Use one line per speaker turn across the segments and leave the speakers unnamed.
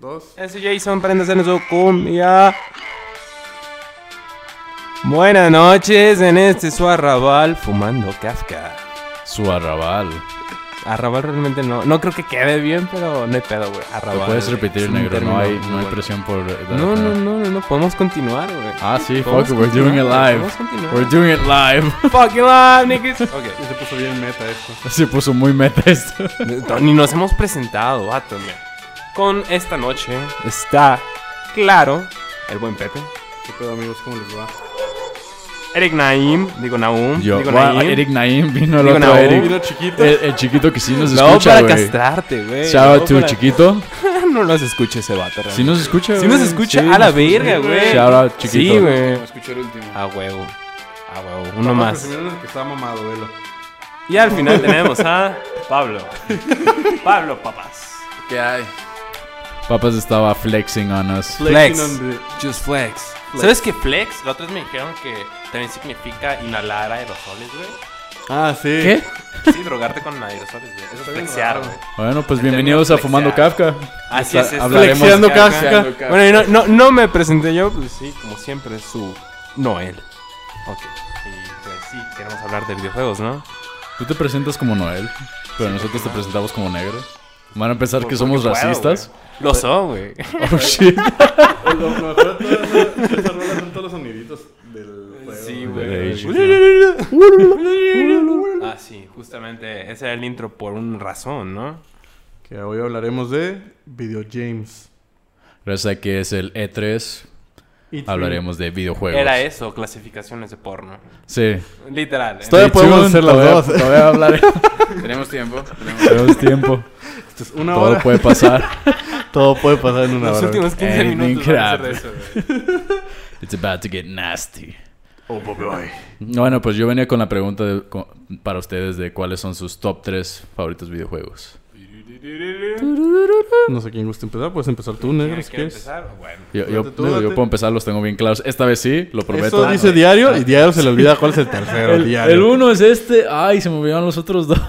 Dos.
Ese Jason, préndaselo su cumbia. Buenas noches en este su arrabal fumando Kafka.
Su arrabal.
Arrabal realmente no. No creo que quede bien, pero no hay pedo, güey. Arrabal.
Lo puedes repetir,
es un
negro. No
término
hay,
muy
no hay
bueno.
presión por.
No, no, no, no, no. Podemos continuar, güey.
Ah, sí,
Podemos
fuck, it, we're doing it
continuar,
live.
podemos continuar.
We're doing it live.
Fucking live, niggas. Ok.
Ya se puso bien meta esto.
Se puso muy meta esto.
Ni nos hemos presentado, vato, güey. Con esta noche está claro el buen Pepe.
¿Qué pedo, amigos? ¿Cómo les va?
Eric Naim, digo Naum,
Yo,
digo
wow,
Naim.
Eric Naim vino el
Digo,
otro
Naum.
Eric.
Mira, chiquito.
El, el chiquito que sí nos
No,
escucha,
para
güey.
castrarte, güey.
Shout
No,
out to
para-
chiquito.
no los escucha ese vato,
Sí
realmente.
nos escucha,
Sí
güey.
nos escucha,
Sí,
a la
nos escucha.
verga, güey.
Shout out chiquito.
Sí, güey.
No escuché el último.
A huevo. A huevo. Uno
Vamos a
más.
presumir en el que estaba mamado, velo.
Y al final tenemos a Pablo. Pablo Papas.
¿Qué hay?
Papas estaba flexing on us.
Flex.
on the-
Just flex. ¿Sabes que flex? La otra vez me dijeron que también significa inhalar aerosoles, güey.
Ah, sí.
¿Qué?
Sí, drogarte con aerosoles, güey. Eso es
bien
flexear,
raro.
güey.
Bueno, pues
término
bienvenidos a
flexear.
Fumando Kafka.
Así
Está-
es, es
hablaremos-
flexiando
Flexiando
casca.
casca.
Bueno, y no, no, no me presenté yo, pues sí, como siempre, es su Noel. Ok. Y pues sí, queremos hablar de videojuegos, ¿no?
Tú te presentas como Noel, pero nosotros te presentamos como negro. Van a pensar que somos
Pues Porque puedo,
racistas.
güey. Lo son, güey.
Oh shit.
Lo, lo mejor de todo es que esa rola son todos los soniditos del juego.
Sí,
De
güey. Ah, sí, justamente ese era el intro por una razón, ¿no?
Que hoy hablaremos de video games.
Gracias a que es el E3,
Y-
hablaremos de videojuegos.
Era E. eso, clasificaciones de porno.
Sí.
Literal. ¿eh?
Todavía podemos hacer las
todavía-
dos.
Todavía hablaré.
Tenemos tiempo. tenemos-
Tenemos tiempo.
Esto es una
Todo
hora.
puede pasar.
Todo puede pasar en una
Los
hora.
últimos 15
Anything
minutos van a ser de eso, güey.
It's about to get nasty.
Oh, boy, boy.
Bueno, pues yo venía con la pregunta de- con- para ustedes de cuáles son sus top 3 favoritos videojuegos.
No sé quién gusta empezar. Puedes empezar tú, negro,
¿Quieres
si
quiere
quieres.
empezar? Bueno.
Yo, yo-
Date tú,
yo
date.
puedo empezar, los tengo bien claros. Esta vez sí, lo prometo.
Eso dice diario y diario se le olvida cuál es el tercero.
Ah. el,
diario.
el uno es este. Ay, se me olvidaron los otros dos.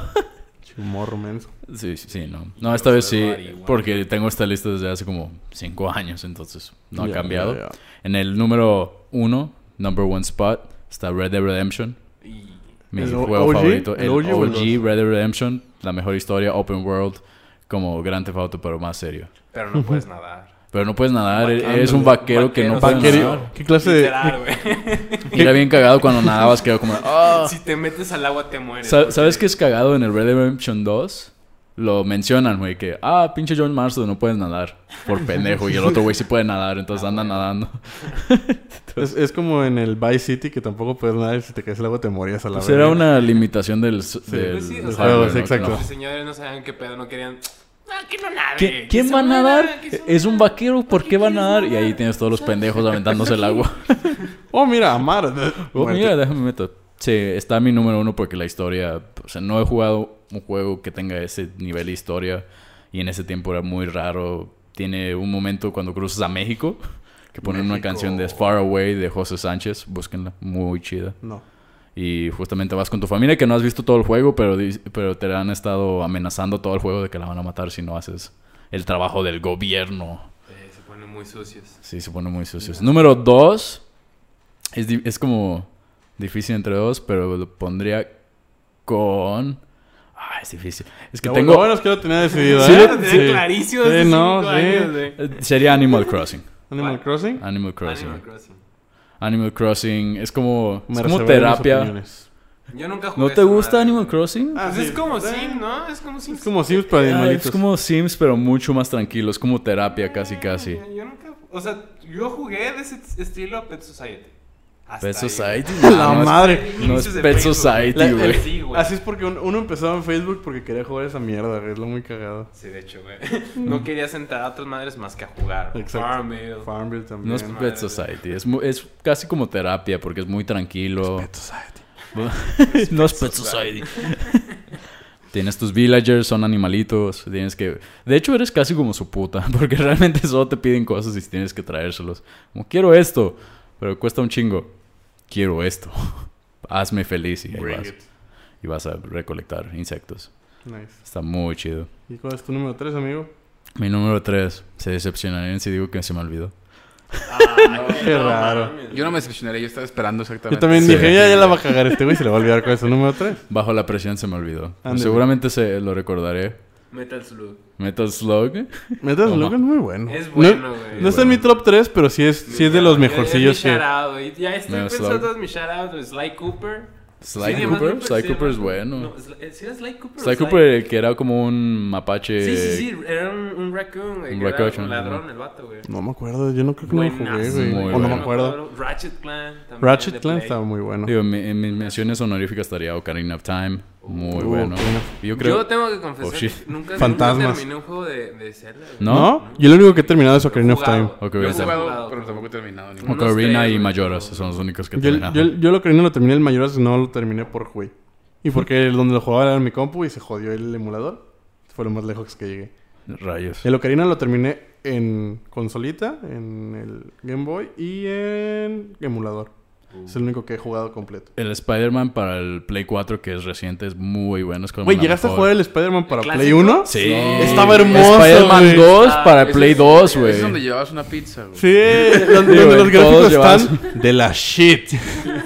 Chumorro, menso.
Sí, sí, sí, no. No, esta vez sí,
marihuana.
porque tengo esta lista desde hace como 5 años, entonces no ha
Ya,
cambiado.
ya, ya.
En el número 1, number one spot, está Red Dead Redemption.
Y-
Mi
¿El O-
juego
OG?
favorito.
¿El
El
OG
OG,
o el dos?
Red Dead Redemption, la mejor historia, open world, como Grand Theft Auto, pero más serio.
Pero no puedes nadar.
Pero no puedes nadar,
Vaquero.
eres un vaquero, que no puede
Vaquero.
nadar.
Vaquerío. ¿Qué clase de.?
Literal, güey.
Y era bien cagado cuando nadabas, que era como... "Ah".
Si te metes al agua te mueres.
Sa- ¿Sabes qué es cagado en el Red Dead Redemption 2? Lo mencionan, güey, que, ah, pinche John Marston no puedes nadar por pendejo. Y el otro güey sí puede nadar,
Ah,
entonces anda nadando.
Es, es como en el Vice City que tampoco puedes nadar y si te caes el agua te morías a la
Pues
verga.
era una limitación del. s- del
Pues sí, o sea,
hardware,
sí,
¿no?
exacto.
Los diseñadores no sabían qué pedo, no querían. Ah, que no nade.
¿Qui-
que
¿Quién
se
va a
muera,
nadar?
que se
¿Es un
muera.
vaquero? ¿Por qué va a nadar? Y ahí tienes todos los pendejos aventándose el agua.
Oh, mira, Amar.
Oh, mira, déjame meter. Sí, está mi número uno porque la historia. O sea, no he jugado un juego que tenga ese nivel de historia. Y en ese tiempo era muy raro. Tiene un momento cuando cruzas a México. Que ponen una
México.
canción de Far Away de José Sánchez. Búsquenla. Muy chida.
No.
Y justamente vas con tu familia que no has visto todo el juego, pero, dis- pero te han estado amenazando todo el juego de que la van a matar si no haces el trabajo del gobierno.
Eh, se ponen muy sucios.
Sí, se pone muy sucio. Número dos. Es, di- es como difícil entre dos, pero lo pondría con... Ah, es difícil. Es que
Lo
tengo...
bueno es que lo tenía decidido.
Sí,
¿eh?
lo
tenía Ah, clarísimo desde
Sí, no,
cinco
sí.
años, güey.
eh, Sería Animal Crossing.
Animal Crossing.
Animal Crossing.
Animal Crossing.
Animal Crossing es como...
Me
es como
reservaré mis
terapia.
opiniones.
Yo nunca jugué.
¿No te
esa
gusta
madre.
Animal Crossing?
Ah,
Pues
sí.
es como
Eh,
Sim, ¿no? Es como Sim.
Es como Sims para
Ah,
animalitos.
es como Sims, pero mucho más tranquilo. Es como terapia, casi, casi.
Ah, Yo nunca. O sea, yo jugué de ese estilo Pet Society. Hasta
Pet
ahí,
Society.
¡A
no,
la
no es-
madre!
No es
Inicios de
Pet
Facebook.
Society,
La-
güey.
güey.
Sí, güey.
Así es porque un- uno empezaba en Facebook porque quería jugar esa mierda, güey, es lo muy cagado.
Sí, de hecho, güey. No querías entrar a otras madres más que a jugar.
Exacto.
Farmville.
Farmville también.
No es
madre.
Pet Society. Es, mu- es casi como terapia porque es muy tranquilo.
Society.
no es Pet Society. Tienes tus villagers, son animalitos. Tienes que. De hecho, eres casi como su puta. Porque realmente solo te piden cosas y tienes que traérselos. Como quiero esto, pero cuesta un chingo. Quiero esto. Hazme feliz y ahí
Bring
vas.
it.
Y vas a recolectar insectos.
Nice.
Está muy chido.
¿Y cuál es tu número 3, amigo?
Mi número 3. Se decepcionarían si digo que se me olvidó.
Ah, Qué raro.
Yo no me decepcionaré, yo estaba esperando exactamente.
Yo también
Sí.
dije, ya, ya la va a cagar este güey, se le va a olvidar cuál es el número 3.
Bajo la presión se me olvidó.
Ándale.
Seguramente se lo recordaré.
Metal Slug.
Metal Slug.
Metal
Ajá.
Slug es muy bueno.
Es
No-
bueno,
No,
güey.
está en mi top 3, pero sí es, sí es de los
Ya- ya- ya
mejorcillos
mi
que...
shoutout, güey. Ya este, pues, estoy
Metal Slug.
pensando en mi shoutout de Sly Cooper.
Sly
Sí, además,
Cooper. Sly
sí,
Cooper
además,
es bueno.
no, Sly- ¿sí era Sly Cooper? o
Sly Cooper, el que era como un mapache.
Sí, sí, sí. Era un, un raccoon, güey.
Un
que era
raccoon,
un
ajá.
ladrón, el vato, güey.
No me acuerdo, yo no creo que no lo jugué,
Buenazo,
güey.
Muy
O no
bueno.
me acuerdo.
Ratchet Clan. también,
Ratchet
de
Clan
Play.
estaba muy bueno.
Digo, mi- en mis menciones honoríficas estaría Ocarina of Time. Muy
Uh,
bueno.
Ocarina.
Yo creo.
Yo tengo que
Oh,
confesar,
shit.
que nunca,
Fantasmas.
nunca terminé un juego de, de Zelda. güey.
¿No?
¿No? Yo lo único que he terminado es Ocarina of Time.
Jugado.
Ok,
Yo he
o sea,
jugado,
jugado,
pero
pero-
tampoco he terminado. ni-
Unos
Ocarina
tres,
y
güey,
Mayoras
pero-
son los únicos que
Yo,
terminaron.
yo, yo el Ocarina lo terminé, el Mayoras no lo terminé por güey. Y porque el donde lo jugaba era en mi compu y se jodió el emulador. Fue lo más lejos que llegué.
Rayos.
El Ocarina lo terminé en consolita, en el Game Boy y en emulador. Es
Uh.
el único que he jugado completo.
El Spider-Man para el Play 4, que es reciente, es muy bueno. Es como
Güey,
la
¿llegaste a
mejor-
jugar el Spider-Man para
¿El
Play
clásico?
1?
Sí.
Estaba hermoso,
Spider-Man
güey.
2 para
Ese
Play
es-
2,
ese
güey.
Es donde llevabas una pizza, güey.
Sí, donde,
Sí,
donde
güey, todos
los gráficos
llevaban-
están de la shit.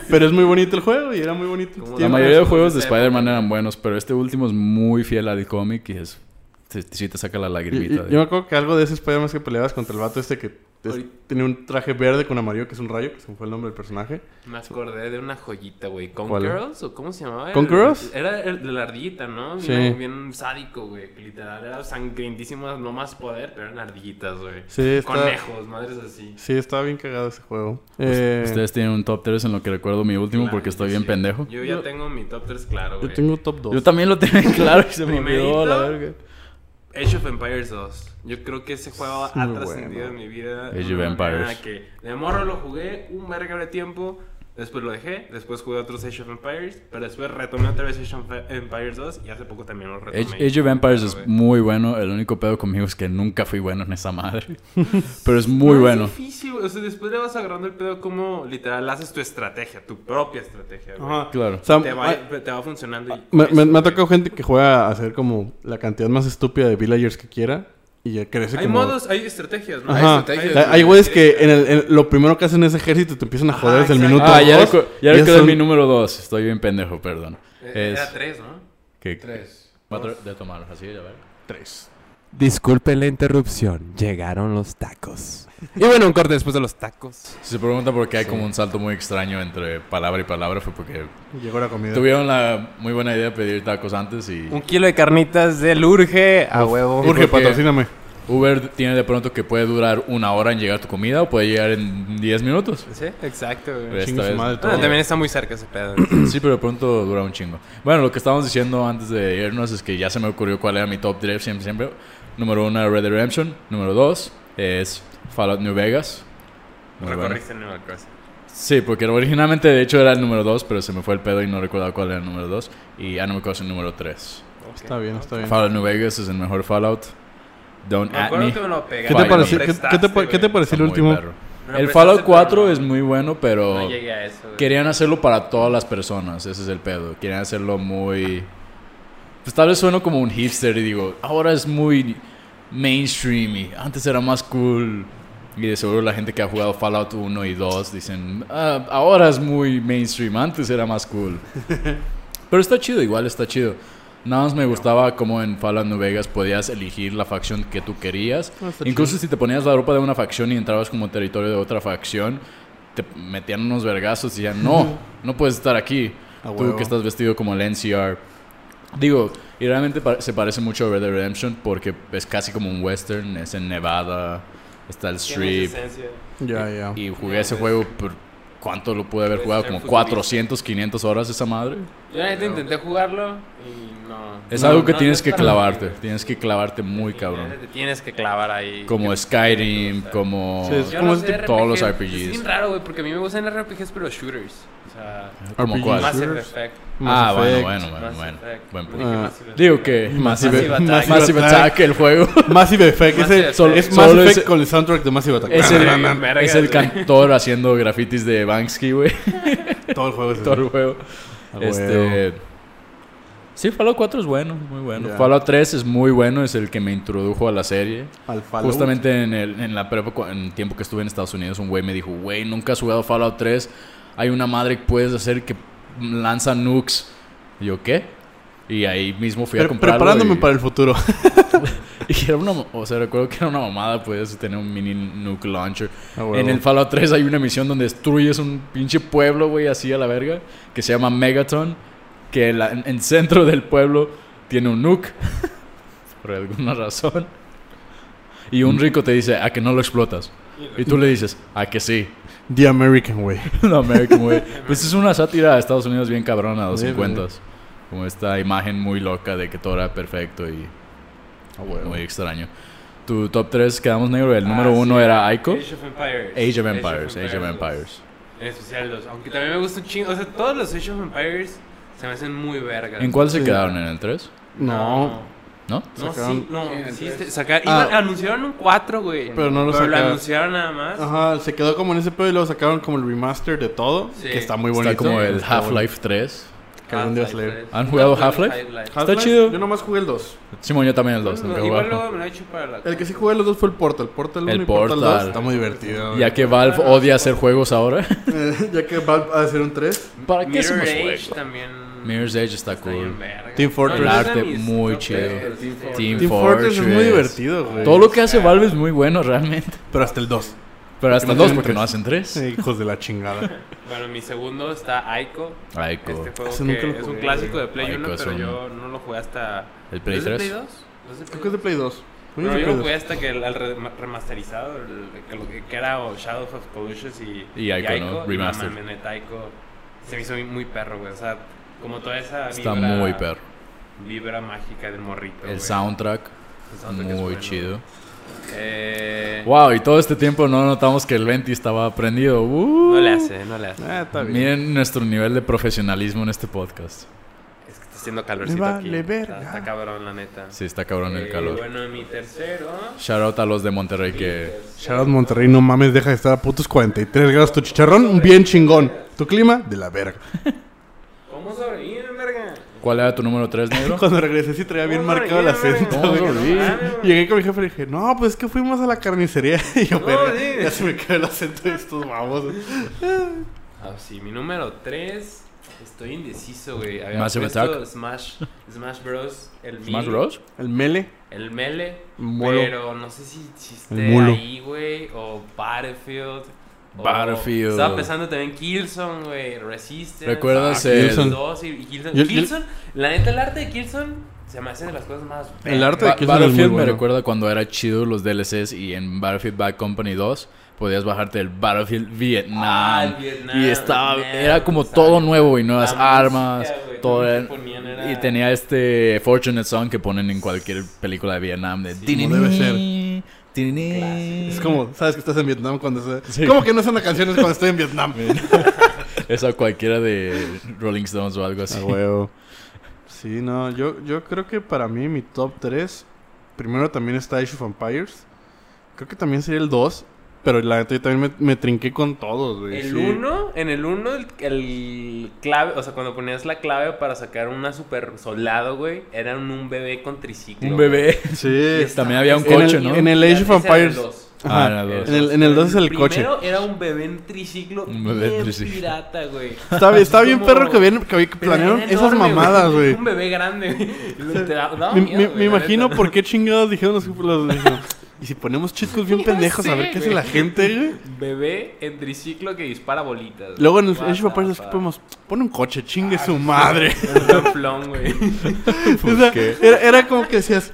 Pero es muy bonito el juego y era muy bonito. en su
Como
La
tiempo.
mayoría de
Tiempos,
juegos de
esa época.
Spider-Man eran buenos, pero este último es muy fiel al cómic y es. Sí sí te saca la
Y- y-
lagrimita.
yo me acuerdo que algo de ese Spider-Man es que peleabas contra el vato este que es-
Ahorita.
tenía un traje verde con amarillo, que es un rayo, que se me fue el nombre del personaje.
Me acordé de una joyita, güey.
¿Cuál?
¿Conquerors? ¿O cómo se llamaba?
¿Conquerors?
Era el de la ardillita, ¿no?
Sí.
Bien, bien sádico, güey. Literal, era sangrientísimo, no más poder, pero eran ardillitas, güey.
Sí, está-
Conejos, madres así.
Sí, estaba bien cagado ese juego.
de-
Eh,
Pues, Ustedes tienen un top 3 en lo que recuerdo mi último porque estoy bien
Sí.
pendejo.
Yo ya tengo mi top 3 claro,
Yo
güey.
tengo top 2.
Yo también lo tenía claro y se me olvidó
Primerito.
la verga.
Age of Empires 2. Yo creo que ese juego
Es
ha
muy
trascendido
bueno.
en mi vida.
Age
de
of
una manera
Empires.
Que de morro lo jugué un verga de tiempo. Después lo dejé. Después jugué otros Age of Empires. Pero después retomé otra vez Age of Em- Empires 2. Y hace poco también lo retomé.
Age, Age of Empires es
Güey.
muy bueno. El único pedo conmigo es que nunca fui bueno en esa madre. Pero es muy bueno.
Es difícil, güey. O sea, después le vas agarrando el pedo como literal haces tu estrategia, tu propia estrategia, güey.
Ajá.
Claro.
O sea,
Te
ah,
va, eh, te va funcionando. y con
me,
eso,
me- me ha
güey.
tocado gente que juega a hacer como la cantidad más estúpida de villagers que quiera y ya crece
Hay
como...
modos, hay estrategias, ¿no?
Ajá.
Hay estrategias,
Hay- Hay güeyes que en el- en- lo primero que hacen es ejército y te empiezan a
Ajá,
joder desde el
exacto.
minuto
Ah, ya,
dos,
recu- ya
y
recuerdo
son-
mi número 2. Estoy bien pendejo, perdón.
Eh, Era
Es-
tres, ¿no?
que-
Tres.
cuatro de tomar, así, a ver.
Disculpen la interrupción, llegaron los tacos. Y bueno, un corte después de los tacos.
Si se pregunta por qué hay como un salto muy extraño entre palabra y palabra, fue porque
Llegó la comida.
tuvieron la muy buena idea de pedir tacos antes y
Un kilo de carnitas del Urge a huevo.
Urge,
Porque-
Oh, patrocíname.
Uber tiene de pronto que puede durar una hora en llegar tu comida o puede llegar en 10 minutos.
Sí, exacto. güey.
Ah,
Esta
Chingue su
vez-
madre todo.
Bueno, también está muy cerca ese pedo.
Sí, pero de pronto dura un chingo. Bueno, lo que estábamos diciendo antes de irnos es que ya se me ocurrió cuál era mi top 3 siempre, siempre. Número 1 Red Dead Redemption. Número 2 es Fallout New Vegas. Muy bueno.
Recorriste Nueva Cross.
Sí, porque originalmente de hecho era el número 2, pero se me fue el pedo y no recordaba cuál era el número 2. Y Animal Crossing número 3.
Está bien, está bien.
Fallout New Vegas es el mejor Fallout. Don't
Me
at
acuerdo
me.
que me lo pegaste.
¿Qué
Vaya,
me
te
lo
pareció, qué,
prestaste,
qué te, qué te
güey.
pareció el
Está muy
último?
perro.
Me lo
El
prestaste,
Fallout
pero
4
no-
es muy bueno, pero...
No llegué a eso, güey.
Querían hacerlo para todas las personas, ese es el pedo. Querían hacerlo muy. Pues tal vez sueno como un hipster y digo, ahora es muy mainstream y antes era más cool. Y de seguro la gente que ha jugado Fallout 1 y 2 dicen, "Ah, ahora es muy mainstream, antes era más cool. Pero está chido, igual está chido. Nada más me gustaba como en Fallout New Vegas podías elegir la facción que tú querías.
Ah, está
Incluso si te ponías la ropa de una facción y entrabas como territorio de otra facción, te metían unos vergazos y ya no, no puedes estar aquí.
A
Tú
huevo.
que estás vestido como el NCR. Digo, y realmente pa- se parece mucho a Red Dead Redemption porque es casi como un western, es en Nevada, está el
Tiene
strip.
esa esencia.
Ya, ya.
Y jugué ese juego por cuánto lo pude haber
Western
jugado, como
futurista.
400, 500 horas esa madre.
Yo la neta intenté jugarlo y no.
Es
No,
algo que
no,
tienes
no
que
es para mí,
clavarte,
güey.
tienes que clavarte muy
Sí,
cabrón.
Te tienes que clavar ahí.
Como Skyrim, como
Sí, es-
Yo
como
no
ese
sé
tipo-
todos los
RPG.
RPGs.
Es bien raro, güey, porque a mí me gustan RPGs, pero shooters. O sea,
como
RPG.
cuál.
Más-
Mass
shooters?
Effect.
Ah,
Mass
bueno,
Effect.
bueno,
Mass
bueno, bueno.
Effect.
Buen
Dije
punto.
Ah.
Massive Effect.
Digo que Massive,
Massive Attack.
Massive,
Massive
Attack,
Attack.
el juego.
Massive Effect.
Massive
Ese,
Effect.
es
Solo
Massive Effect
ese-
con el soundtrack de Massive Attack.
Es el,
Vergas,
es el
güey.
cantor haciendo grafitis de Banksy, güey.
Todo el juego es
Todo este,
ese.
el juego.
A huevo.
Este. Sí, Fallout 4 es bueno, muy bueno.
Ya.
Fallout 3 es muy bueno, es el que me introdujo a la serie.
Al Fallout.
Justamente en, el- en la prepa, cu- en el tiempo que estuve en Estados Unidos, un güey me dijo, güey, nunca has jugado Fallout 3. Hay una madre que puedes hacer que lanza nukes. Y yo, ¿qué? Y ahí mismo fui a
Pre-
comprarlo.
preparándome
y-
para el futuro.
y era una... O sea, recuerdo que era una mamada, puedes tener un mini nuke launcher.
Ah, huevo.
En el Fallout 3 hay una misión donde destruyes un pinche pueblo, güey, así a la verga, que se llama Megaton, que la- en el centro del pueblo tiene un nuke, por alguna razón. Y un rico te dice, a que no lo explotas. Y tú le dices, a que sí.
The American Way.
No, American, güey. Pues es una sátira de Estados Unidos bien cabrona, los
Sí,
50 Como esta imagen muy loca de que todo era perfecto y
Ah,
muy extraño. Tu top 3 quedamos negro. El número
Ah,
1
sí.
era Aiko.
Age of Empires.
Age of Empires, Age of Empires.
En especial los. Aunque también me gusta un chingo. O sea, todos los Age of Empires se me hacen muy vergas.
¿En cuál se
Sí.
quedaron? ¿En el 3?
Ah.
No.
¿No?
No, sí,
Sacaron-
no,
en el
sí,
tres.
este- saca-
Ah.
iba- anunciaron un 4, güey.
Pero no lo sacaron.
anunciaron nada más.
Ajá, se quedó como en ese pedo y luego sacaron como el remaster de todo.
Sí.
Que está muy bonito.
Está como el
Está bueno.
Half-Life 3.
Que algún
Ah,
día sale.
¿Han jugado Half-Life? Está chido.
Yo nomás jugué el 2.
Simón, yo también el 2. nunca he
Igual
jugado.
luego me lo he hecho para la.
El que sí jugué los dos fue el Portal. Portal 1
El
y Portal 2.
Portal.
Está muy divertido. güey.
Ya que Valve odia hacer juegos ahora.
Eh, ya que va a hacer un 3.
¿Para qué
Mirror
hacemos
Age
juegos?
también.
Mirror's Edge está
está bien
cool.
verga.
Team Fortress.
No, no es
El
de
arte
mis
muy
top
chido.
tres, el Team Fortress.
Team
Team Fortress es muy
Fortress.
divertido, güey.
Todo lo que hace Valve es muy bueno realmente.
Pero hasta el 2.
Pero hasta
no
el 2
tienen
porque
tres.
no hacen 3.
Eh, hijos de la chingada.
Bueno, mi segundo está Aiko.
Aiko.
Este juego
Ese nunca
que
lo
es un
jugué,
clásico de Play
Aiko
1,
es
pero
un-
yo no lo jugué hasta.
¿El Play
¿Es de
3?
2? ¿No es de Play
Creo que es de
2?
Play 2. Creo
Pero
que es de
yo
Play
lo jugué
2.
hasta que el, al re- remasterizado, el- que lo que, que era o Shadows of Colossus y,
Y Ico, ¿no? Remastered.
mames, neta, Ico se me hizo muy, muy perro, güey. O sea, como toda esa
Está
vibra,
muy perro.
vibra mágica del morrito.
El
güey.
soundtrack,
El soundtrack es
muy
bueno.
chido.
Eh,
Wow, y todo este tiempo no notamos que el Venti estaba prendido. Uh.
no le hace, no le hace.
Ah, está bien.
Miren nuestro nivel de profesionalismo en este podcast.
Es que está haciendo calorcito
Me vale
aquí.
verga.
Está, está cabrón, la neta.
Sí, está cabrón el
Eh,
calor.
Bueno, mi tercero.
Shout out a los de Monterrey que.
Shoutouts Monterrey, no mames, deja de estar a putos 43 grados tu chicharrón, bien chingón. Tu clima, de la verga.
¿Cómo sobrevivir, verga?
¿Cuál era tu número 3, negro?
Cuando regresé sí traía bien
¿Cómo
marcado el
sobrevivir,
acento,
verga?
güey.
No mames, güey.
Llegué con mi jefe y le dije, no, pues es que fuimos a la carnicería. Y yo,
No,
verga,
sí.
ya se me quedó el acento de estos babosos.
Ah, sí, mi número 3. Estoy indeciso, güey. Había
Massive
puesto
Attack.
Smash, Smash Bros. El
¿Smash
Melee,
Bros?
El mele.
El Melee.
Molo.
Pero no sé si
El
existe
mulo.
ahí, güey. O Battlefield. o-
Battlefield.
Estaba pensando también Killzone, güey. Resistance.
¿Recuerdas
ah,
el-
Killzone 2 y y Killzone.
Yo- yo-
Killzone, la neta, el arte de Killzone se me hace de las cosas más.
El arte de
Ba-
que
Battlefield me recuerda cuando era chido los DLCs y en Battlefield Bad Company 2 podías bajarte el Battlefield Vietnam.
Ah, el Vietnam,
y estaba,
Vietnam,
era como
exacto.
todo nuevo y nuevas
La
armas.
música, güey,
todo
también
era-
que ponían era-
Y tenía este Fortunate Song que ponen en cualquier película de Vietnam. De
como debe ser.
tiriní.
Es como, sabes que estás en Vietnam cuando estás...
Sí.
¿Cómo que no son las canciones cuando estoy en Vietnam?
Esa cualquiera de Rolling Stones o algo así.
Ah,
A huevo. Sí, no, yo, yo creo que para mí mi top 3, primero también está Age of Empires. Creo que también sería el 2, pero la neta yo también me, me trinqué con todos, güey.
El
sí.
1, en el 1, el, el clave, o sea, cuando ponías la clave para sacar una super soldado, güey, era un, un bebé con triciclo.
Un bebé.
Sí.
Está-
También había un
En
En
coche,
el,
¿no?
en el Age of Empires...
Ah,
Ajá,
era dos.
en el, en el 2 es el coche.
Primero era un bebé en triciclo.
Un bebé en
bien
triciclo.
pirata, güey.
Está, bien- está bien
Como-
perro que, bien, que
Pero
planearon
era
esas
enorme,
mamadas, güey.
Un bebé grande, güey. Te da- daba
Me,
miedo,
me-
güey,
me
la
imagino
neta.
por qué chingados dijeron los... los- dijeron, y si ponemos chicos bien
Ya
pendejos a
sé,
ver qué hace
güey.
la gente, güey.
Bebé en triciclo que dispara bolitas. güey.
Luego en el
What
Age of
the
Empires es que
fuck.
podemos... Pon un coche, chingue su madre.
Un camplón, güey.
O sea, era, era como que decías,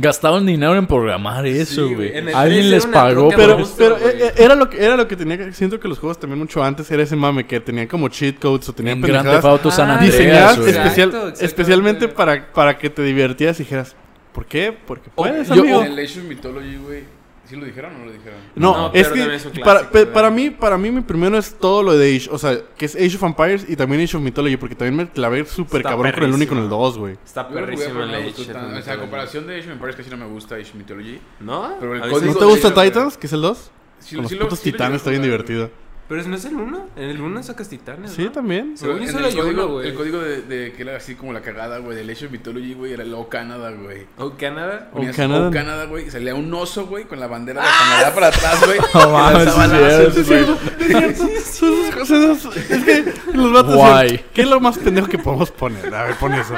Gastaban dinero en programar eso,
Sí, güey.
güey.
En el tres
Alguien
era
les
una
pagó,
troca
pero.
pero,
Monstruo,
pero
güey.
eh, eh, era lo que era lo que tenía que siento que los juegos también mucho antes era ese mame que tenían como cheat codes o tenían
En Grand Theft
pendejadas
Auto San
Ah,
Andreas,
diseñadas
Andreas,
güey.
exacto,
especial-
exactamente.
especialmente para, para que te divertías y dijeras, ¿por qué? Porque puedes,
yo-
amigo.
En el Age of Mythology, güey. ¿Sí lo dijeron o oh, no lo dijeron?
No,
No,
es
pero
que
también es un
para,
clásico,
pe-
¿verdad?
para mí para mí mi primero es todo lo de Age, o sea, que es Age of Empires y también Age of Mythology porque también me clavé súper
Está
cabrón con el 1 y con el
perrísimo.
2, güey.
Está
Yo lo jugué,
perrísimo
pero
en
no
la
me gustó
H.
tan- O sea, a comparación de Age of Empires casi no me gusta Age of Mythology.
¿No?
Pero el
A
código-
¿No
veces-
te gusta
Age of-
Titans, que es el 2?
Sí,
con los
sí lo-
putos
sí lo llegué
titanes
a
está bien
jugar,
divertido.
Pero no es el 1. En el 1 sacas titanes.
Sí,
¿no?
también.
Según
Pero
yo
en
solo
el,
hay uno,
código,
güey.
el código de, de que era así como la cagada, güey, del Age of Mythology, güey, era Low Canada, güey.
O Canadá.
O
Ponías
Canadá.
Canadá. Canadá, güey, y salía un oso, güey, con la bandera de
Ah,
Canadá para atrás, güey.
No
y
mames,
lanzaba
sí,
lazos,
sí, sí.
güey.
Son esas cosas, esas- Es que los vatos.
Guay.
decían, ¿Qué es lo más pendejo que podemos poner? A ver, pon eso.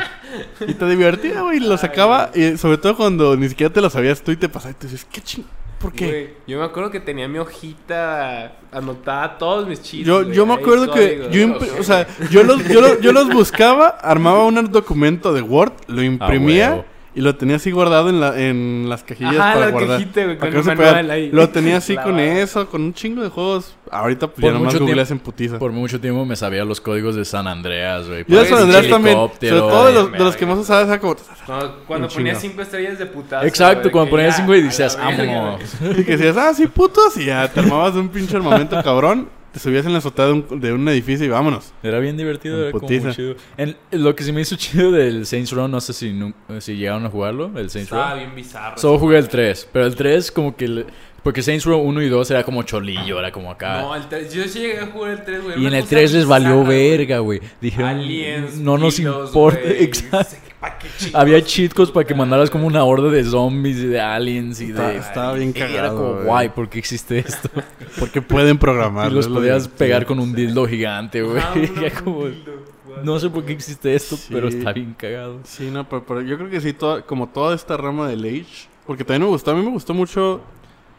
Y te divertía, güey. Lo sacaba. Y sobre todo cuando ni siquiera te lo sabías tú y te pasaba. Y te dices, ¿qué ching? ¿Por qué?
Güey, yo me acuerdo que tenía mi hojita anotada todos mis chistes.
Yo,
güey,
yo me
ahí,
acuerdo que
códigos.
yo,
no
impri-
sé,
o sea, yo, los, yo, los, yo los buscaba, armaba un documento de Word, lo imprimía
huevo.
y lo tenía así guardado en, la, en las cajillas
Ajá,
para
la
guardar.
cajita, güey,
para
con
que
el
no se pegara.
manual ahí.
Lo tenía así con
Clavado.
eso, con un chingo de juegos. Ahorita pues,
Por
ya nomás
mucho
googleas en putiza.
Por mucho tiempo me sabía los códigos de San Andreas, güey.
Yo de
Para
San
el
Andrés también, sobre
helicóptero,
todo de los,
güey.
de los que más usaba, era como...
Cuando, cuando
Un
ponías
chingo.
5 estrellas de putazo.
Exacto,
güey,
cuando
que
ponías
ya,
5 y
a la
decías,
verga,
amo.
güey.
Y que decías, ah, sí, putos, y ya te armabas un pinche armamento cabrón, te subías en la azotea de un, de un edificio y vámonos.
Era bien divertido,
En
era como
putiza.
muy chido. En- lo que se me hizo chido del Saints Row, no sé si, nu- si llegaron a jugarlo, el Saints
Estaba
Row.
bien bizarro.
Solo jugué el 3, pero el 3 como que... le- porque Saints Row 1 y 2 era como cholillo, era como acá.
No, el 3. Yo sí llegué a jugar el 3, güey.
y
una
en el
cosa
3 les valió
bizarra, güey.
verga, güey. Dijeron,
Aliens.
no nos
dildos,
importa.
güey.
Exacto.
¿Pa' qué chingados?
Había chicos para que mandaras como una horda de zombies y de aliens y
Está-
de...
estaba bien
y Era
cagado,
como,
güey.
guay, ¿por qué existe esto?
Porque pueden programar.
Y los podías pegar con un dildo gigante, güey.
Ah, una-
Ya como,
un dildo, güey.
no sé por qué existe esto,
Sí.
pero está bien cagado.
Sí, no, pero, pero yo creo que sí, toda- como toda esta rama del Age. Porque también me gustó, a mí me gustó mucho.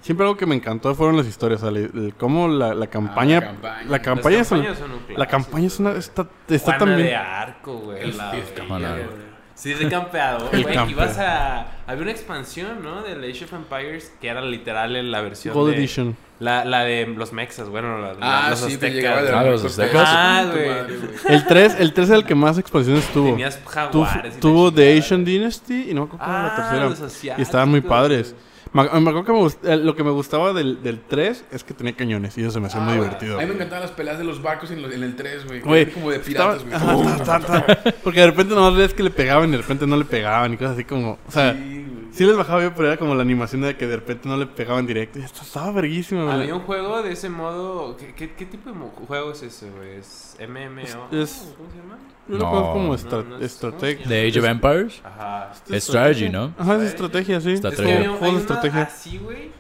Siempre algo que me encantó fueron las historias. O sea, el- el cómo la, la campaña.
la campaña.
la
Las
Las
campaña es.
campañas
una-
son un
La
clásico,
campaña es una.
güey.
Está, está
Juana
también.
de arco, güey.
El
la
Steve
verga,
Juana.
güey. Sí, de campeador,
El
güey.
campeador.
Ibas a... Había una expansión, ¿no? Del Age of Empires que era literal en la versión
Gold
de...
Edition. pues,
La, la de los mexas, bueno, la, la-
Ah,
los
sí, te
aztecas.
llegaba de
Ah, los
Cortés.
aztecas.
Ah,
Tu
güey.
madre, güey.
El 3, el 3 es el que más expansiones tuvo.
Tenías
Tu-
jaguares. y la
tuvo The
chingada.
Asian Dynasty y no me acuerdo cuál
Ah,
era la
los
tercera.
asiáticos,
Y estaban muy padres.
güey.
Me, me acuerdo que me gust- eh, lo que me gustaba del, del 3 es que tenía cañones y eso se me hacía
Ah,
muy
güey.
divertido.
A mí me encantaban las peleas de los barcos en, los- en el 3, güey.
Güey,
Como de
estaba-
piratas,
ajá,
güey.
ta, ta, ta. Porque de repente nomás ves que le pegaban y de repente no le pegaban y cosas así como. O sea, sí,
Sí, güey.
les bajaba bien, pero era como la animación de que de repente no le pegaban directo. Y esto estaba verguísimo, güey.
Había un juego de ese modo... ¿Qué, qué, qué tipo de mo- juego es ese, güey? ¿Es MMO?
Es-
¿Cómo se llama?
No.
Yo lo conozco como
No,
estra-
no es- ¿cómo se
estrategia.
llama?
The Age of Empires.
Ajá.
Es
Strategy, ¿no?
Ajá, es estrategia, sí.
Está
Es
Estrategia.
que había-
Juegos de
hay una
estrategia.
Así, güey.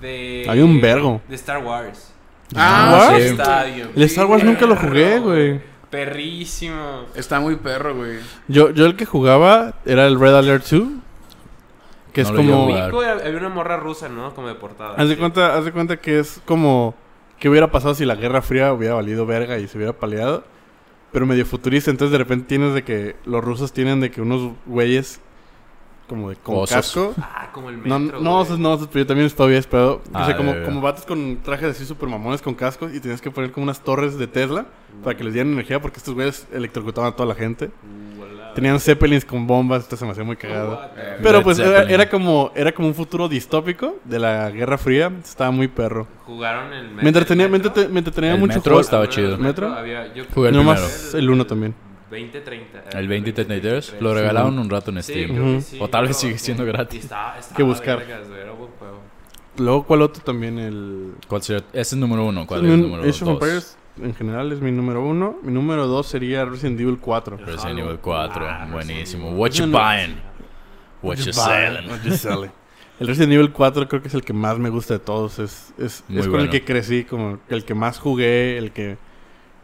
De.
Había un vergo.
De Star Wars.
Ah,
¿What?
sí.
Está bien.
El Star Wars nunca lo jugué,
Perro,
güey.
Perrísimo.
Está muy perro, güey.
Yo, yo el que jugaba era el Red Alert 2. Que
No
es
lo llegué a
como.
jugar.
Pico, había una morra rusa, ¿no? Como de portada.
Ah. Haz de cuenta, haz de cuenta que es como qué hubiera pasado si la Guerra Fría hubiera valido verga y se hubiera paleado, pero medio futurista, entonces de repente tienes de que los rusos tienen de que unos güeyes como de con
Osos.
casco.
Ah, como el
No,
metro.
no,
güey.
osos, no, osos, pero yo también estaba bien esperado.
Ah,
o sea, como,
verga.
como vatos con trajes así super mamones con cascos y tenías que poner como unas torres de Tesla para que les dieran energía porque estos güeyes electrocutaban a toda la gente.
Uh, hola.
Tenían zeppelins con bombas, esto se me hacía muy cagado.
What the-
Pero
Led
pues era,
Zeppelin.
era como era como un futuro distópico de la Guerra Fría. Estaba muy perro.
Jugaron el metro.
Me entretenía, me
el metro?
entrete- me entretenía
El
mucho
metro
jugar.
estaba
Algunos
chido.
del
¿Metro?
Había, yo
Jugué el
Nomás el uno también.
20-30.
El 2033 lo regalaron un rato en Steam.
Ujú.
O tal vez sigue siendo gratis.
Que buscar. Luego, ¿cuál otro también? El...
¿Cuál sería? Ese es el número uno. ¿Cuál
Mi-
es el número
Age of
dos?
Empires en general es mi número uno. Mi número dos sería Resident Evil 4.
Resident Evil 4.
Ah,
Buenísimo.
Resident
What you
Evil.
buying? What you selling?
El Resident Evil 4 creo que es el que más me gusta de todos. Es, es,
Muy
es con el
bueno.
que crecí, como el que más jugué, el que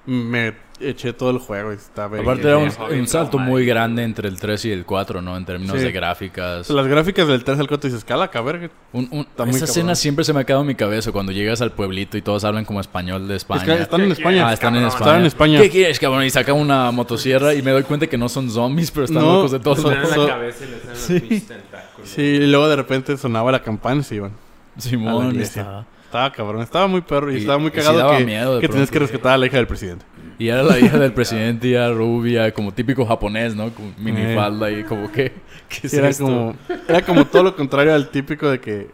me eché todo el juego. y Está
Aparte
verga.
era
Sí,
un, un salto
madre.
muy grande entre el 3 y el 4, ¿no? En términos
Sí.
de gráficas.
Las gráficas del 3 al 4 dices, calaca, verga.
Un- un-
muy
esa escena
cabrón.
siempre se me ha quedado en mi cabeza cuando llegas al pueblito y todos hablan como español de España.
Es que están en España.
Ah, están en España.
Están en España.
¿Qué quieres, cabrón? Y saca una motosierra y me doy cuenta que no son zombies, pero están
No,
locos de todos.
son-
en la
So-
cabeza y le salen
Sí.
los pinches tentáculos.
Sí, y luego de repente sonaba la campana y se iban. a la
Simón. este,
iglesia.
estaba-
Estaba cabrón, estaba muy perro y,
Y-
estaba muy
y sí
cagado
daba
que,
miedo de
que tenías que
pronto.
rescatar a la hija del presidente.
Y era la hija del presidente, ya rubia, como típico japonés, ¿no? Con minifalda y como que... ¿qué es
Sí, era,
esto?
como, era como todo lo contrario al típico de que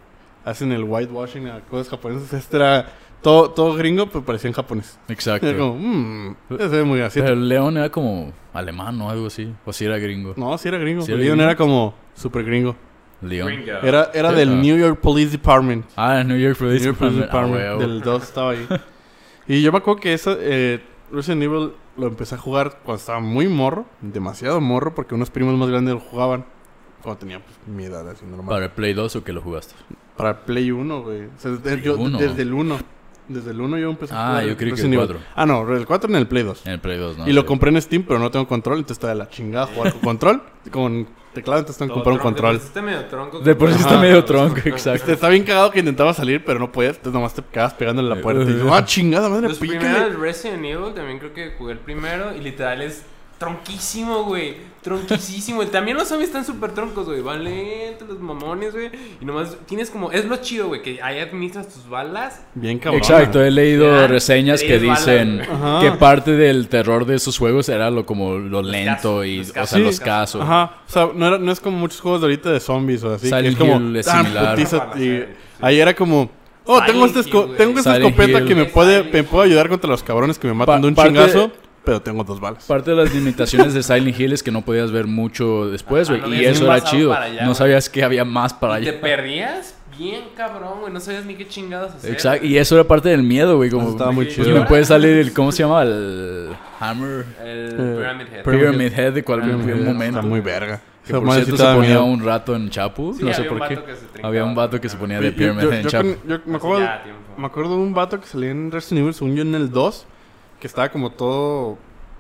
hacen el whitewashing a cosas japonesas. Este era todo, todo gringo, pero parecía en japonés.
Exacto.
Era como, mmm, se ve muy así.
Pero el león era como alemán o algo así. O si era gringo.
No, sí era gringo.
Sí
Sí
era
era,
gringo.
era como super gringo.
León.
Gringo.
Era, era
Sí,
del
ah.
New York Police Department.
Ah, New York Police
New York Police
Department. Ah,
Department
huevo.
del 2 estaba ahí. Y yo me acuerdo que esa, eh, Resident Evil lo empecé a jugar cuando estaba muy morro, demasiado morro, porque unos primos más grandes lo jugaban. Cuando tenía pues, mi edad, así normal.
¿Para el Play 2 o que lo jugaste?
Para el Play 1, güey. O sea, desde, yo-
uno.
desde el 1. Desde el 1 yo empecé
Ah,
a jugar.
yo creí que
Resident
el
Evil.
4.
Ah, no, el 4 en el Play 2.
En el Play 2, ¿no?
y lo
Sí.
compré en Steam, pero no tengo control, entonces está de la chingada jugar con control. Con teclado, entonces tengo que comprar un control.
Está medio tronco.
De por sí está
Ajá.
medio tronco, exacto.
Este, está bien cagado que intentaba salir, pero no podías. Entonces nomás te quedabas pegando
Eh,
en la puerta. Y dices, ah, chingada madre,
Los primeros
pícale.
el Resident Evil también creo que jugué el primero y literal es tronquísimo, güey. Tronquísimo. Y También los zombies están súper troncos, güey. Van lentos los mamones, güey. Y nomás tienes como... Es lo chido, güey, que ahí administras tus balas.
Bien cabrón.
Exacto, he leído
Ya,
reseñas que
tres balas,
dicen
güey.
Ajá.
que parte del terror de esos juegos era lo como lo lento y,
los
o
casos.
sea,
Sí.
los casos.
Ajá, o sea, no, era- no es como muchos juegos de ahorita de zombies o así.
Silent
que es como,
Hill es
ah,
similar.
putiza,
Para
y
hacer, sí.
ahí era como, oh,
Silent
tengo, esta
Hill,
esco-
güey.
tengo esta
Silent
escopeta
Hill.
que me puede,
Silent
me
Hill.
puede ayudar contra los cabrones que me matan
Pa-
de un
parte-
chingazo, pero tengo dos balas.
Parte de las limitaciones de Silent Hill es que no podías ver mucho después,
Ajá,
güey.
Ah, no
y
veías
eso
un
era
pasado
chido.
para allá,
no
güey.
sabías que había más para
Y te
allá.
perdías bien cabrón, güey. No sabías ni qué chingados hacer.
Exacto. Y eso era parte del miedo, güey. Como,
Eso estaba muy
y
chido.
me puede salir el, ¿cómo se llama? El Hammer.
El
Eh,
Pyramid Head.
pero-
Pyramid Head de cual
Ah, Está
un momento.
muy verga.
Que
Esa
por
madre sí
cierto
te da
se ponía
miedo.
un rato en Chapu.
Sí,
no sé
había un
por qué.
vato que se trincaba.
Había un vato que se ponía de
Yo-
Pyramid
yo-
Head en
yo
Chapu.
con- yo me
Hace
acuerdo-
ya tiempo.
me acuerdo de un vato que salía en Resident Evil, según yo, en el 2, que estaba como todo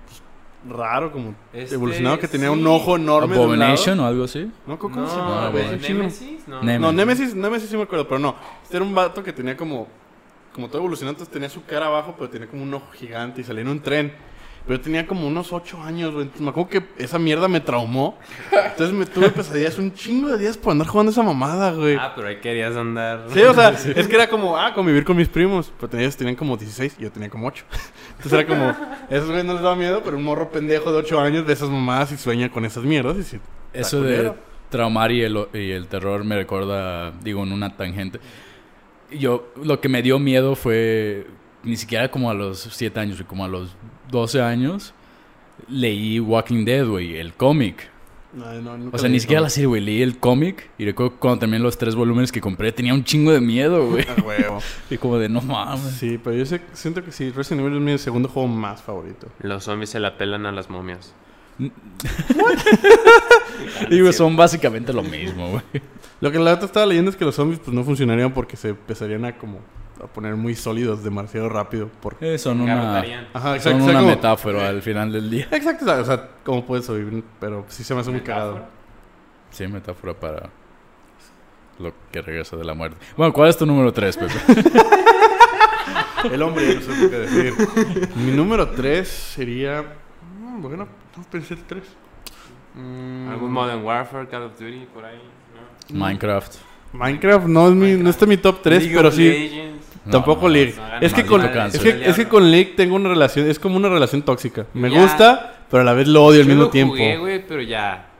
pues, raro, como
Este,
evolucionado, que tenía
sí.
un ojo enorme. de un lado.
Abomination o algo así.
No, ¿cómo se
No,
llamaba,
güey.
güey? Chino.
¿Nemesis? No.
Nemesis.
No, Nemesis, Nemesis sí me acuerdo, pero no. Este era un vato que tenía como. Como todo evolucionante, entonces tenía su cara abajo, pero tenía como un ojo gigante y salía en un tren. Pero tenía como unos 8 años, güey. Entonces me acuerdo que esa mierda me traumó. Entonces me tuve pesadillas un chingo de días por andar jugando esa mamada, güey.
Ah, pero ahí querías andar.
Sí, o sea, es que era como, ah, convivir con mis primos. Pero tenía- ellos tenían como 16 y yo tenía como 8. Entonces era como, esos güeyes no les daba miedo, pero un morro pendejo de 8 años de esas mamadas y sueña con esas mierdas. Y sí,
Eso de
culero.
traumar y el, y el terror me recuerda, digo, en una tangente. Yo, lo que me dio miedo fue, ni siquiera como a los 7 años, güey, como a los 12 años, leí Walking Dead, güey, el cómic.
no, no, nunca
O sea,
leí
ni siquiera
eso.
la serie, güey, leí el cómic y recuerdo cuando también los tres volúmenes que compré tenía un chingo de miedo, güey.
Ah, huevo.
Y como de, no mames.
Sí, pero yo sé- siento que sí, Resident Evil es mi segundo juego más favorito.
Los zombies se la pelan a las momias.
Digo, son básicamente lo mismo, güey.
Lo que la otra estaba leyendo es que los zombies pues no funcionarían porque se empezarían a como a poner muy sólidos demasiado rápido. Porque...
Eh, Son una,
Garrotarían.
Ajá,
son
o sea,
una
como-
metáfora al final del día.
Exacto, o sea, cómo puedes sobrevivir, pero sí se me hace muy cagado.
Sí, metáfora para lo que regresa de la muerte. Bueno, ¿cuál es tu número 3, Pepe?
El hombre, no sé lo que decir. Mi número 3 sería... mm, Bueno, no pensé en 3.
Algún Modern Warfare, Call of Duty, por ahí. ¿no?
Minecraft.
Minecraft no, es mi, no está en mi top 3,
League
pero
of
sí...
Legends.
No,
Tampoco
no,
League.
no hagan
es, que
maldito
con,
cáncer.
es, que, es que con League tengo una relación, es como una relación tóxica. Me
Ya.
gusta, pero a la vez lo odio al
Yo
mismo
lo
tiempo.
Jugué, güey, pero ya.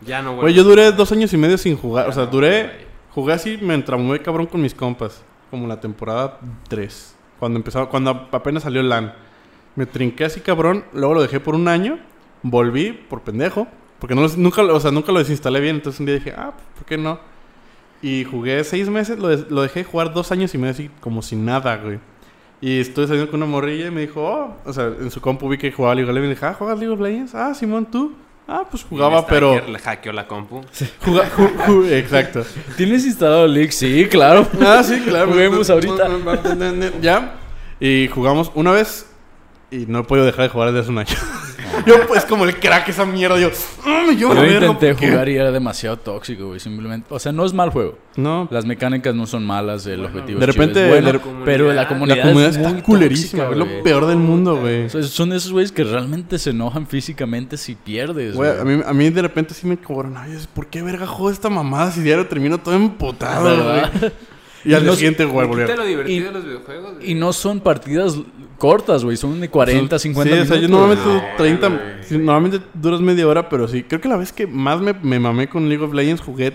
Ya no,
Güey,
güey.
yo duré dos años y medio sin jugar. O sea,
no, güey.
duré, jugué así, me traumé cabrón con mis compas. Como la temporada 3. Cuando empezaba, cuando ap- apenas salió LAN. Me trinqué así cabrón, luego lo dejé por un año, volví por pendejo. Porque no, los- nunca, lo- o sea, nunca lo desinstalé bien, entonces un día dije, ah, pues, ¿por qué no? Y jugué seis meses, lo, des- lo dejé jugar dos años y medio así, como sin nada, güey. Y estuve saliendo con una morrilla y me dijo, oh, o sea, en su compu vi que jugaba League of Legends. Y dije, ah, ¿juegas League of Legends? Ah, Simón, tú. Ah, pues jugaba, pero...
Le hackeó la compu.
Juga- ju- ju- exacto.
¿Tienes instalado League? Sí, claro.
Ah, sí, claro.
Juguemos ahorita.
Ya. Y jugamos una vez y no he podido dejar de jugar desde hace un año. yo, pues, como el crack esa mierda, yo... "Mm, yo
Yo
la verga,
intenté
¿por qué?".
jugar y era demasiado tóxico, güey. Simplemente. O sea, no es mal juego.
No,
Las mecánicas no son malas, el objetivo
de
es chido,
repente-
es bueno,
de
re-
pero la
la
comunidad,
la comunidad
es
está
muy
culerísima,
tóxica,
güey,
güey.
Lo peor del mundo, güey.
O sea, son esos güeyes que realmente se enojan físicamente si pierdes.
Güey,
güey.
a mí, a mí de repente sí me cobraron. Ay, es, ¿por qué verga juego esta mamada si diario termino todo empotado,
¿Verdad?
güey? Y al
Y no-
día siguiente, güey, volví.
Quita lo divertido
Y-
de los videojuegos. güey.
Y no son partidas cortas, güey. Son de 40, 50
Sí, o
minutos.
sea, yo normalmente
güey.
güey.
30,
No,
sí, normalmente duras media hora, pero sí. Creo que la vez que más me, me mamé con League of Legends jugué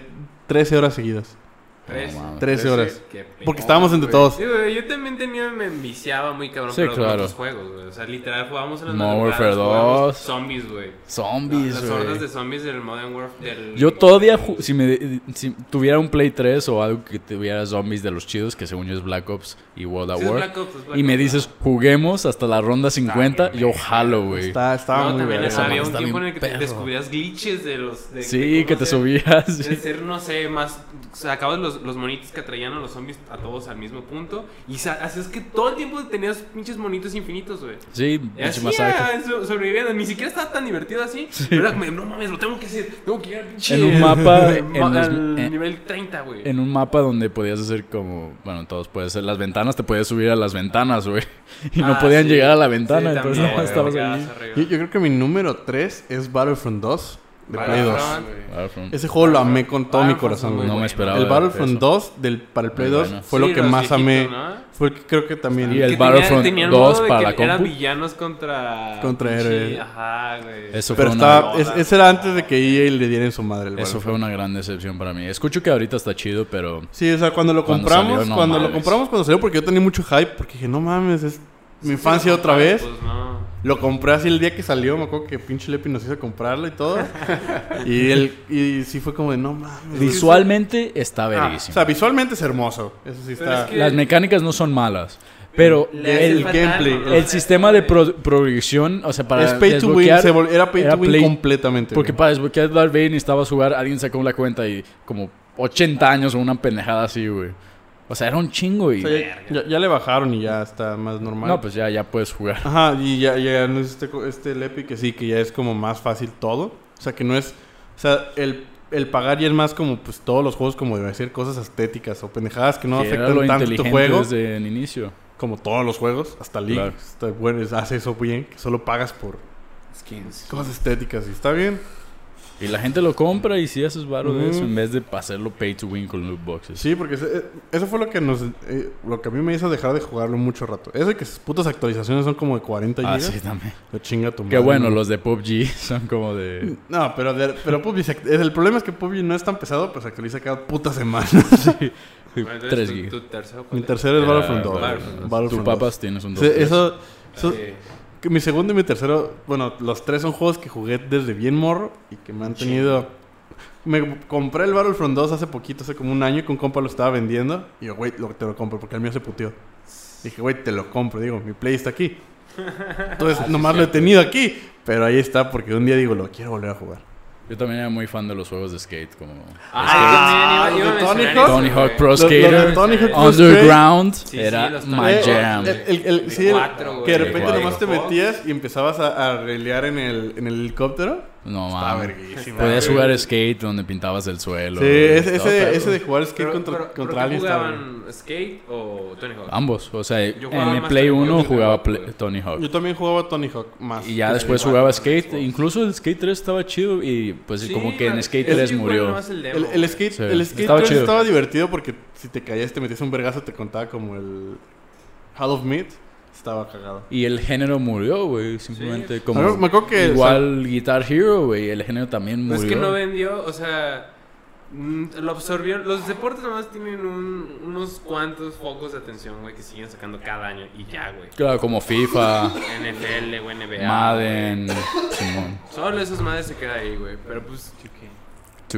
13 horas seguidas.
Tres.
No mames.
13 horas.
Qué pe-
Porque estábamos entre todos.
Sí, güey, yo también tenía, me enviciaba muy cabrón
Sí,
pero
claro.
con otros juegos, güey. O sea, literal jugábamos en las
Modern
madrugadas,
Warfare
jugábamos
2.
Zombies, güey.
Zombies,
Las
güey.
hordas de zombies del Modern Warfare. Del...
Yo todavía, ju- si, me, de- si tuviera un Play 3 o algo que tuviera zombies de los chidos, que según yo es Black Ops y World at
Sí, es
War,
Black Ops, es Black
y me
Ops,
dices, juguemos hasta la ronda 50, yo jalo, güey.
Está, estaba
No,
muy
también
verga.
esa
había
madre
un
está
tiempo en el
bien
que te
perro.
descubrías glitches de los. De,
Sí,
de
que
cómo
te
hacer-
subías.
De ser, no sé, más. Sacabas los, los monitos que atraían a los zombies a todos al mismo punto. Y sa- así es que todo el tiempo tenías pinches monitos infinitos, güey.
Sí,
Y
pinche
así
masacre.
era, so- sobreviviendo. Ni siquiera estaba tan divertido así. Pero era como, no mames, lo tengo que hacer. Tengo que ir al pinche.
En un mapa, en
ma-
los-
al
en-
nivel 30, güey.
En un mapa donde podías hacer como, bueno, todos puedes hacer las ventanas, te podías subir a las ventanas, güey. Y no
Ah,
podían
sí.
llegar a la
Sí,
ventana, entonces
también,
nomás estabas
güey,
ahí.
arriba.
Yo, yo creo que mi número 3 es Battlefront 2 de Play 2.
Battlefront.
Battlefront.
Ese juego lo amé con todo mi
Battlefront
corazón.
es muy
güey.
No me
bueno.
esperaba.
El
ver
Battlefront
eso.
2 del, para el Play
Muy
2
bueno.
fue
Sí,
lo que
los
más amé.
viejitos, ¿no?
Fue el que creo que también.
Y el
Que
Battlefront
tenía- tenía
2
modo de
para
que
la
Eran
compu.
villanos contra.
Contra
pinche-
héroes.
Ajá, güey.
Eso fue
Pero
una-
estaba, es- ese era antes de que EA le diera en su madre el
Eso
Battlefront.
fue una gran decepción para mí. Escucho que ahorita está chido, pero
Sí, o sea, cuando lo
Cuando
compramos,
salió, no
cuando lo
mames.
compramos, cuando salió, porque yo tenía mucho hype, porque dije, no mames, es mi infancia otra vez.
Pues no.
Lo compré así el día que salió, me acuerdo que pinche Lepi nos hizo comprarlo y todo. y, el, y sí fue como de, no mames.
visualmente está
Ah, o
verísimo.
sea, visualmente es hermoso. Eso sí
Pero
está.
es que-
Las mecánicas no son malas, pero
Le hace
el
el,
falta
gameplay,
algo, ¿no?
el sistema de pro- progresión, o sea, para
es pay to win,
desbloquear-
se vol- era pay
era
to win
play-
completamente.
Porque
güey.
para desbloquear Darth Vader necesitabas jugar, alguien sacó la cuenta y como 80 años o una pendejada así, güey. O sea, era un chingo y...
O sea, ya, ya- ya le bajaron y ya está más normal.
no, pues ya, ya puedes jugar.
Ajá, y ya, ya no es este, co- este Lepi que sí, que ya es como más fácil todo. O sea, que no es. O sea, el, el pagar ya es más como, pues todos los juegos, como de decir cosas estéticas o pendejadas que no
que era lo
afectan tanto tu
inteligente
juego.
desde el inicio.
Como todos los juegos, hasta League.
Claro.
Está bueno, es- hace eso bien, que solo pagas por
Skins.
cosas estéticas y está bien.
Y la gente lo compra y sí haces varo de eso
Mm.
en vez de hacerlo pay to win con loot boxes.
Sí, porque ese- eh, eso fue lo que nos eh, lo que a mí me hizo dejar de jugarlo mucho rato. Eso y que sus putas actualizaciones son como de 40
ah,
gigas.
sí, también.
Lo chinga tu
Que
madre,
bueno,
¿no?
los de PUBG son como de...
No, pero, de- pero PUBG se act- el problema es que PUBG no es tan pesado, pero se actualiza cada puta semana.
Bueno, entonces,
3
tu-
gigas.
tu tercero, ¿cuál
mi
es?
tercero es
Era
Battlefront 2.
Battlefront dos.
Battlefront
Tu
2.
Ah, papas tienes un
Sí,
dos, tres.
eso, eso-
Sí.
que mi segundo y mi tercero, bueno, los tres son juegos que jugué desde bien morro y que me han tenido... Me compré el Battlefront 2 hace poquito, hace como un año, que un compa lo estaba vendiendo. Y yo, güey, lo- te lo compro, porque el mío se puteó. Dije, güey, te lo compro. Digo, mi play está aquí. Entonces, nomás lo he tenido aquí. Pero ahí está, porque un día digo, lo quiero volver a jugar.
Yo también era muy fan de los juegos de skate, como
Ah, yo también iba-
los de
iba a
Tony
mencionar
Hawk.
eso,
Tony Hawk
güey.
Pro
Los- Eh, los de
Skater,
Tony Hawk Pro Skater.
Underground,
Sí, sí,
era
los Tony
my
Eh,
Hawk.
jam.
el- el- el-
De
sí, el-
cuatro, güey.
que de
De
repente
cuatro.
nomás te metías y empezabas a, a relear en el, en el helicóptero.
No
Está
mames.
verguísima.
Podías
Sí,
Ah. jugar skate donde pintabas el suelo.
Sí, ese,
Estaba
ese,
perro.
ese de jugar skate
Pero-
contra,
pero-
contra
¿pero qué
alguien está bien.
jugaban skate o Tony Hawk?
Ambos, o sea,
Yo jugaba
en el
más
Play
Tony Hawk,
1
yo
jugaba
jugaba,
Play-
güey.
Tony Hawk.
Yo también jugaba Tony Hawk más.
Y ya
que
después
Tony
jugaba
Hawk.
skate. Incluso el Skate 3 estaba chido y pues
Sí,
como que en
pero-
Skate
yo
3
sí jugué
murió.
nomás el demo,
El, el
güey.
skate,
Sí.
el skate
Estaba
estaba,
chido.
estaba divertido porque si te caías, te metías un vergazo, te contaba como el Hall of Meat. Estaba cagado.
Y el género murió, güey. Simplemente como...
Me acuerdo- me acuerdo que-
igual Guitar Hero, güey. El género también
No
murió.
es que no vendió, o sea, mm, lo absorbió. Los deportes nomás tienen un- unos cuantos focos de atención, güey, que siguen sacando cada año y ya, güey.
Claro, como FIFA,
NFL, güey, NBA.
Madden, Simón,
güey. Solo esos madres se queda ahí, güey. Pero pues,
2K.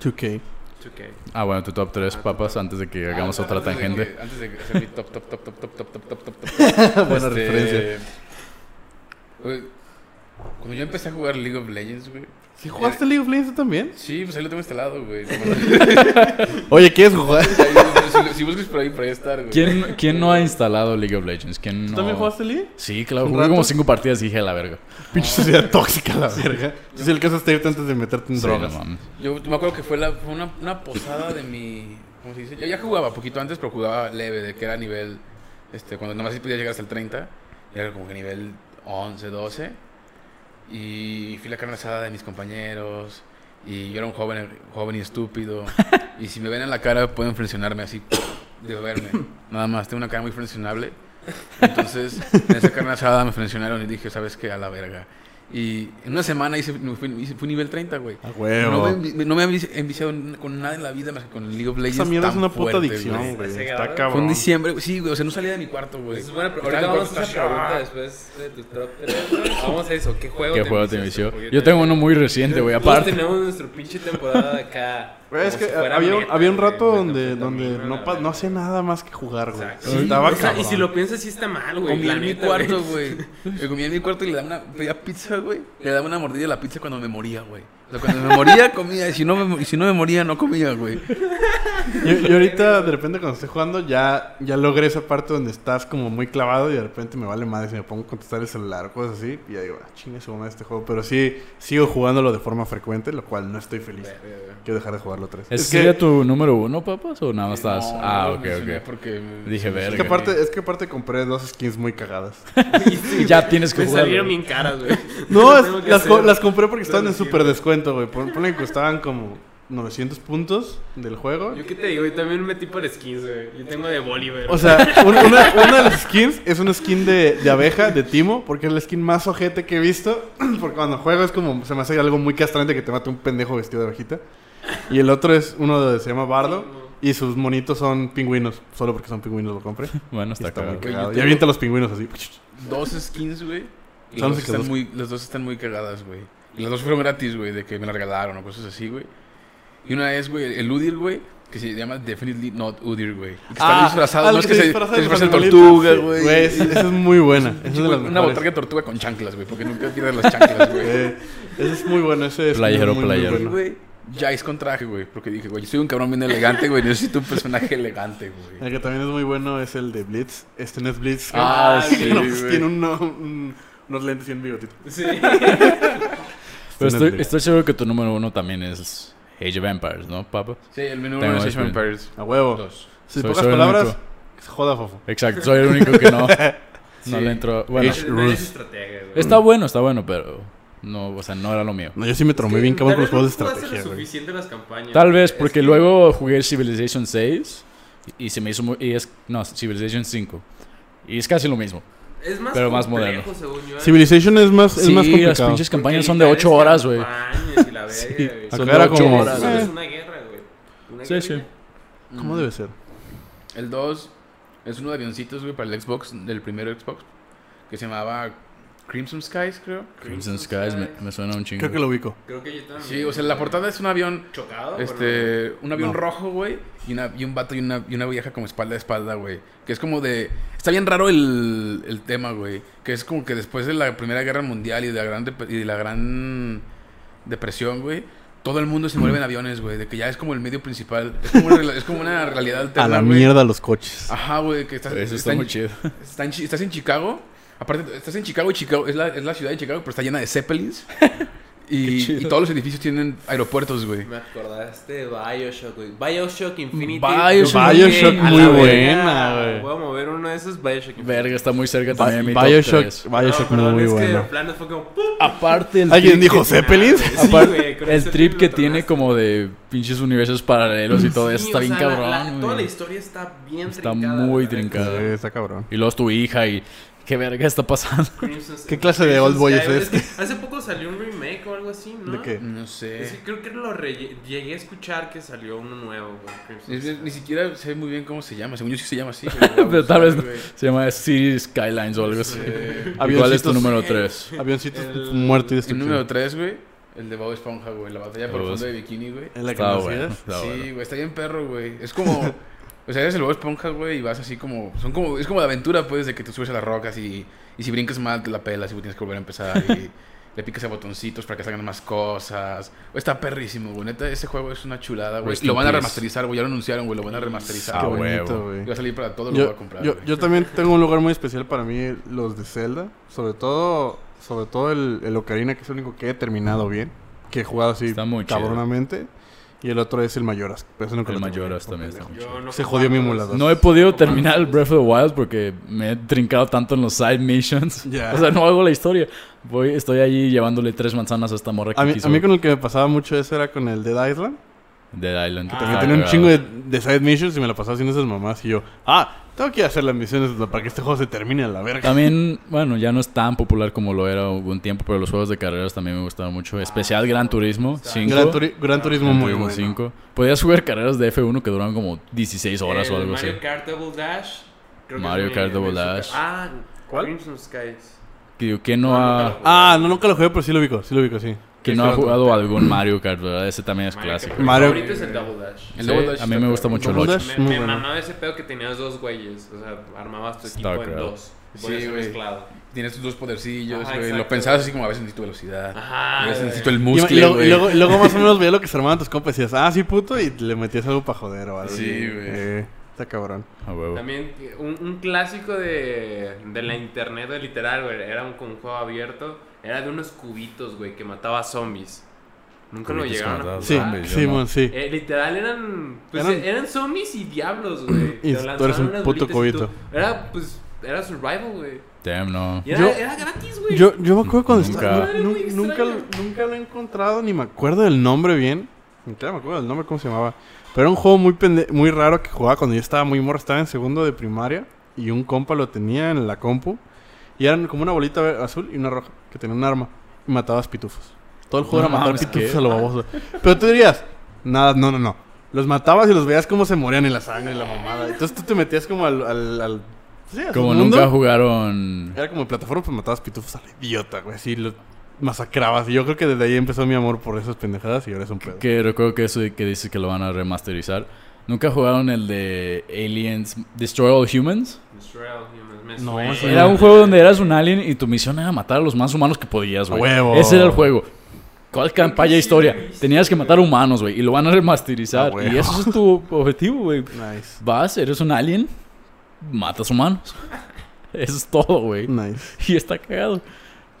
2K.
2K.
Ah, bueno, tu top 3 papas antes de que hagamos
Ah,
otra
antes de que-
tangente.
Antes de que hacer mi top, top, top, top, top, top, top, top, top, top.
Buena
Este,
referencia.
güey, Cuando yo empecé a jugar League of Legends, güey.
¿Sí jugaste
eh,
League of Legends tú también?
Sí, pues ahí lo tengo instalado, güey.
Oye, ¿quieres jugar?
si, si buscas por ahí, por ahí estar, güey.
¿Quién, ¿Quién no ha instalado League of Legends? ¿Quién
¿Tú
no?
también jugaste League?
Sí, claro,
¿Un
jugué
rato?
como 5 partidas y dije a la verga.
Pinche sociedad tóxica, la verga. Si el caso está irte antes de meterte en
Sí,
drogas.
no mames.
Yo me acuerdo que fue, la, fue una, una posada de mi. ¿Cómo se dice? Yo ya jugaba poquito antes, pero jugaba leve, de que era nivel. Este, cuando nomás sí podía llegar hasta el 30. y Era como que nivel 11, 12. Y fui la carne asada de mis compañeros. Y yo era un joven, joven y estúpido. Y si me ven en la cara, pueden frencionarme así. Digo, verme. Nada más, tengo una cara muy frencionable. Entonces, en esa carne asada me frencionaron y dije, ¿sabes qué? A la verga. Y en una semana hice, me fui, hice- fui nivel 30, güey.
A huevo.
No me, envi- no me había enviciado en- con nada en la vida más que con el League of Legends.
Esa mierda es
tan
una puta
fuerte,
adicción, güey.
Ese cabrón.
Está
Fue en
cabrón.
diciembre, güey. sí, güey. O sea, no salía de mi cuarto, güey.
Pues Es buena, pero
Estaba
ahorita
en mi
vamos a esa
cuarto, estaba-
pregunta después de tu top 3. Vamos a eso. ¿Qué juego
¿Qué
te
juego te
enviciaste?
inició?
Porque
Yo tengo uno muy reciente, güey,
Todos
aparte.
tenemos nuestro pinche temporada acá.
Güey, Pues es
como
que
si fuera
había, un-
meta,
había un
güey,
rato
de
donde, donde
metanfetamina,
no,
la
pa-
verdad.
no hacía nada más que jugar, güey.
Exacto.
Sí, Estaba
O sea,
cabrón.
y si lo piensas, sí está mal, güey.
Comía
la
en mi
neta,
cuarto, güey. Me comía en mi cuarto y le daba una. Pedía pizza, güey. Le daba una mordida a la pizza cuando me moría, güey. O sea, cuando me moría, comía. Y si no me, y si no me moría, no comía, güey.
Yo, yo ahorita, de repente, cuando estoy jugando, ya, ya logré esa parte donde estás como muy clavado y de repente me vale madre si me pongo a contestar el celular, cosas así. Y ya digo, ah, chingue su madre este juego. Pero sí, sigo jugándolo de forma frecuente, lo cual no estoy feliz. Quiero dejar de jugarlo tres.
¿Ese
Es que,
sería tu número uno, papas? ¿O nada más estás...?
No,
ah,
no lo
ok,
mencioné
ok.
Porque me-
Dije,
me-
es
verga.
que aparte, es que aparte compré dos skins muy cagadas.
Y ya tienes que
Me
jugar.
salieron bien caras, güey.
No, es-
Tengo que
las, co-
hacer.
las compré porque estaban en
Claro, sí,
súper descuento, güey. Pon- Ponle que costaban como 900 puntos del juego.
Yo qué te digo, yo también metí por skins, güey. Yo tengo de Bolívar.
O sea, un- una, una de las skins es una skin de, de abeja, de Timo, porque es la skin más ojete que he visto. Porque cuando juego es como, se me hace algo muy castrante que te mate un pendejo vestido de abejita. Y el otro es uno de, se llama Bardo. Y sus monitos son pingüinos, solo porque son pingüinos lo compré. Y
Bueno, está,
está muy
cagado.
cagado.
Yo
Y
tengo-
avienta los pingüinos así.
Dos skins, güey. Y
Son los
las dos,
que
están
dos-
muy- las dos están muy cagadas, güey. Y las dos fueron gratis, güey, de que me la regalaron o cosas así, güey. Y una es, güey, el Udir, güey, que se llama Definitely Not Udir, güey. Y que está disfrazado,
Ah, al
no es que
se
se,
disfraza
se
de
disfraza de
animalito,
tortuga,
sí.
güey.
Güey, es- esa es muy buena. Esa es de las
Una
mejores.
botarga de tortuga con chanclas, güey, porque nunca pierde las chanclas, güey.
Eh, ese es muy bueno, ese es
Playero,
muy, muy
playero.
bueno.
güey. Ya es con traje, güey, porque dije, güey, yo soy un cabrón bien elegante, güey, necesito un personaje elegante, güey.
El que también es muy bueno es el de Blitz. Este no es Blitz. que-
Ah,
que
sí,
no,
güey.
pues, tiene un- un- unos lentes y un bigotito.
Sí.
Pero
Este no es
estoy,
Blitz.
estoy seguro que tu número uno también es Age of Empires, ¿no, papas?
Sí, el menú
Tengo
uno es Age of
este.
Empires.
A huevo.
Dos.
Si
Soy-
pocas
soy el
palabras,
único.
que se joda, fofo.
Exacto, soy el único que no. No
Sí.
le entró. Bueno,
Es- no eres estratega, güey.
está bueno, está bueno, pero no, o sea, no era lo mío.
No, yo sí me tromé bien cabrón con los juegos de estrategia,
No
güey.
suficiente las campañas.
Tal vez
Es
porque
que-
luego jugué Civilization 6 y y se me hizo muy... y es, no, Civilization 5. Y es casi lo mismo.
Es más
pero más
complejo,
moderno.
según yo. ¿eh?
Civilization es más, es
sí,
más
las
complicado.
pinches
Porque
campañas son de
literal es
8 horas, güey.
campañas y la verga,
Sí.
güey.
Acá
Son de
era
ocho
como...
horas,
Eso
eh,
Es una guerra, güey. Una
Sí, sí.
guerrilla.
¿Cómo debe ser?
El 2 es uno de avioncitos, güey, para el Xbox, del primer Xbox, que se llamaba Crimson Skies, creo.
Crimson Skies me, me suena un chingo.
Creo que lo ubico.
Creo que yo también.
Sí, o sea, la portada es un avión,
Chocado. pero-
este, un avión rojo, güey, y, una- y un vato y una, y una vieja como espalda a espalda, güey. Que es como de... Está bien raro el, el tema, güey. Que es como que después de la Primera Guerra Mundial y de la Gran, Dep- y de la gran Depresión, güey, todo el mundo se mueve en aviones, güey. De que ya es como el medio principal. Es como una, rela- es como una realidad alterna,
A la
güey.
mierda los coches.
Ajá, güey, que estás,
Eso está
están-
muy chido.
Está en Chi- estás en Chicago. Aparte, estás en Chicago y Chicago es la, es la ciudad de Chicago, pero está llena de Zeppelins. y, y todos los edificios tienen aeropuertos, güey.
Me acordaste de Bioshock, güey. Bioshock Infinity.
Bioshock,
Bioshock
A la
muy
verga.
buena, güey.
Voy a mover uno de esos Bioshock Infinity.
Verga, está muy cerca
Bi-
también. de mi top
Bioshock,
tres.
Bioshock
no, perdón,
muy
es que
bueno.
de plano fue como... ¡pum!
Aparte el
¿Alguien
trip
dijo
que-
Zeppelins?
Sí, güey,
aparte,
con
el
ese
trip
lo
que tiene
tronaste.
como de pinches universos paralelos y todo eso
Sí,
está
o
bien
sea, la-
cabrón.
la- toda la
güey.
historia está bien
Está
trincada,
muy
la verdad.
trincada.
Sí, está cabrón.
Y luego es tu hija y qué verga está pasando.
Crimson Sky-
¿Qué clase de
Crimson
old boy
Sky,
es
güey.
este?
que hace poco salió un remake o algo así, ¿no?
¿De qué?
No
Es que
sé.
creo que lo re- llegué a escuchar que salió uno nuevo, güey. Crimson
Es- es-
Sky.
ni siquiera sé muy bien cómo se llama. Según yo sí se llama así.
Pero tal vez no. se llama City Skylines o algo así.
Eh,
¿Y ¿Cuál es tu
Avioncitos.
número 3?
Avioncitos
El-
muerto y
el
destrucción.
número 3, güey. El de Bob Esponja, güey. La batalla por
Bob
fondo de bikini, güey.
¿En la que
Está
nos
Ah, bueno,
hacías?
está
sí,
bueno.
güey, está bien perro, güey. Es como. o sea, eres el Bob Esponja, güey, y vas así como. Son como. Es como la aventura, pues, de que te subes a las rocas y. Y si brincas mal, te la pelas y tienes que volver a empezar. Y le picas a botoncitos para que salgan más cosas. Güey, Está perrísimo, güey. Neta, ese juego es una chulada, güey.
Rest
Lo
in
van a
peace.
remasterizar, güey. Ya lo anunciaron, güey. Lo van a remasterizar.
Ah,
Qué
güey.
bonito,
huevo.
güey.
Y va a salir para todo, lo voy
Yo,
a comprar.
yo,
güey.
yo también tengo un lugar muy especial para mí, los de Zelda. Sobre todo, sobre todo el, el Ocarina, que es el único que he terminado bien. Que he jugado así
Está muy chido.
cabronamente. Y el otro es el Mayoras. Pero ese nunca
El
lo terminé,
Mayoras
por
también está
pendejo.
muy
Yo
chido.
no
Se
comparto
jodió mi
eso.
emulador.
No he podido terminar el Breath of the Wild porque me he trincado tanto en los side missions.
Ya.
O sea, no hago la historia. Voy, estoy allí llevándole tres manzanas a esta morra que
A mí,
quiso.
a mí con el que me pasaba mucho eso era con el Dead Island.
Dead Island. Ah,
También tenía un chingo de, de side missions y me la pasaba haciendo esas mamás. Y yo, ah, tengo que ir a hacer las misiones para que este juego se termine a la verga.
También, bueno, ya no es tan popular como lo era un tiempo, pero los juegos de carreras también me gustaban mucho. Especial Gran Turismo 5.
Gran, Turi- Gran Turismo muy bueno.
5. Podías jugar carreras de F1 que duran como 16 horas
El
o algo así.
Mario Kart Double Dash. creo que
Mario
es mi-
Kart Double
mi super-
Dash.
Ah,
¿Cuál?
Crimson Skies.
Que digo, ¿quién no ha,
Ah, no, nunca lo jugué, pero sí lo ubico, sí lo ubico, sí.
quién no ha jugado algún Mario Kart? verdad? Ese también es
Mario
clásico.
Kart. Mi
Mario-
favorito es el Double Dash.
El
Sí,
Double Dash
a mí
está
me gusta
perro.
mucho el
Double
8.
Dash,
Me,
muy
me
bueno.
mamaba ese pedo que tenías dos güeyes. O sea, armabas tu equipo en
Starcraft.
dos.
Sí,
Sí,
güey.
mezclado.
Tienes tus dos podercillos,
Ajá,
güey. Lo
exacto. Ah,
pensabas así como a veces necesito velocidad.
Ajá. eh,
a veces
güey.
necesito el
Y, y
músculo,
luego, y
güey.
luego- y luego más o menos veía lo que se armaban tus compas y decías, ah, sí, puto, y le metías algo para joder o algo.
Sí, güey.
Eh, está cabrón.
A huevo.
También un, un clásico de, de la internet, de literal, güey. Era un, un juego abierto. Era de unos cubitos, güey, que mataba zombies. Nunca lo
Cubitos que
llegaron a
mataba
jugar.
Sí,
zombies, yo
sí,
no.
mon, sí.
Eh, literal eran, pues,
Eran-
eran. zombies y diablos, güey.
Y
Te
tú
lanzaban
eres un
unas
puto
bolitas y tú-
cubito.
Era, pues, era survival, güey.
Damn, no.
Y era,
Yo-
era gratis, güey.
Yo, yo me acuerdo cuando
Nunca.
estaba-
Madre,
nu-
muy extraño.
nunca, lo- nunca lo he encontrado, ni me acuerdo del nombre bien. Ni siquiera me acuerdo del nombre, cómo se llamaba. Pero era un juego muy, pende- muy raro que jugaba cuando yo estaba muy morro. Estaba en segundo de primaria y un compa lo tenía en la compu. Y eran como una bolita ve- azul y una roja que tenía un arma. Y matabas pitufos. Todo el juego
No
era matar
mames,
pitufos
¿qué?
a lo baboso. Pero tú dirías, nada, no, no, no. Los matabas y los veías cómo se morían en la sangre y la mamada. Entonces tú te metías como al... al, al- sí, a su
Como
mundo.
nunca jugaron.
Era como plataforma, pues matabas pitufos a la idiota, güey. Así lo masacrabas. Y yo creo que desde ahí empezó mi amor por esas pendejadas y ahora es un pedo.
Que recuerdo que eso de que dices que lo van a remasterizar. ¿Nunca jugaron el de Aliens Destroy All Humans?
Israel, me- me
No,
suena.
eso
Era un juego donde eras un alien y tu misión era matar a los más humanos que podías, güey.
¡A huevo!
Ese era el juego. ¿Cuál campaña
sí
historia?
lo he visto,
Tenías que matar humanos, güey, y lo van a remasterizar.
¡A huevo!
y eso es tu objetivo, güey.
Nice.
Vas, eres un alien, matas humanos. Eso es todo, güey.
Nice.
Y está cagado.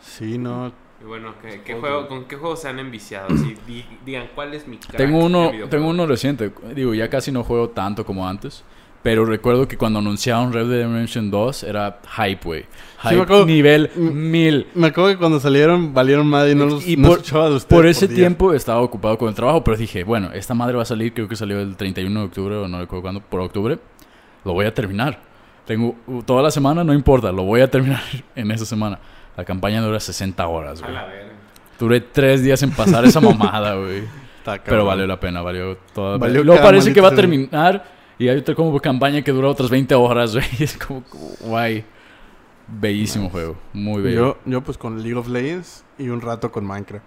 Sí, no.
Y bueno, ¿qué, qué juego, ¿con qué juego se han enviciado? Sí, di- digan, ¿cuál es mi crack
Tengo
en
uno,
videojuegos?
tengo uno reciente. Digo, ya casi no juego tanto como antes. Pero recuerdo que cuando anunciaron Red Dead Redemption 2 era hype, güey.
me
Hype
acuerdo.
nivel
Mm.
1000.
Me acuerdo que cuando salieron valieron madre y no los
Y
no
por-
escuchaba de ustedes.
Por ese
días.
tiempo estaba ocupado con el trabajo, pero dije, bueno, esta madre va a salir, creo que salió el 31 de octubre o no recuerdo cuándo, por octubre. Lo voy a terminar. Tengo uh, toda la semana, no importa, lo voy a terminar en esa semana. La campaña dura 60 horas,
A
güey.
la verga.
Duré tres días en pasar esa mamada, güey.
Está cabrón.
Pero valió la pena, valió toda la
Valió
pena. Luego
cada
parece que va a
maldito
terminar y hay otra como campaña que dura otras 20 horas, güey. Y es como, guay. Bellísimo juego, muy bello.
Yo, yo, pues con League of Legends y un rato con Minecraft.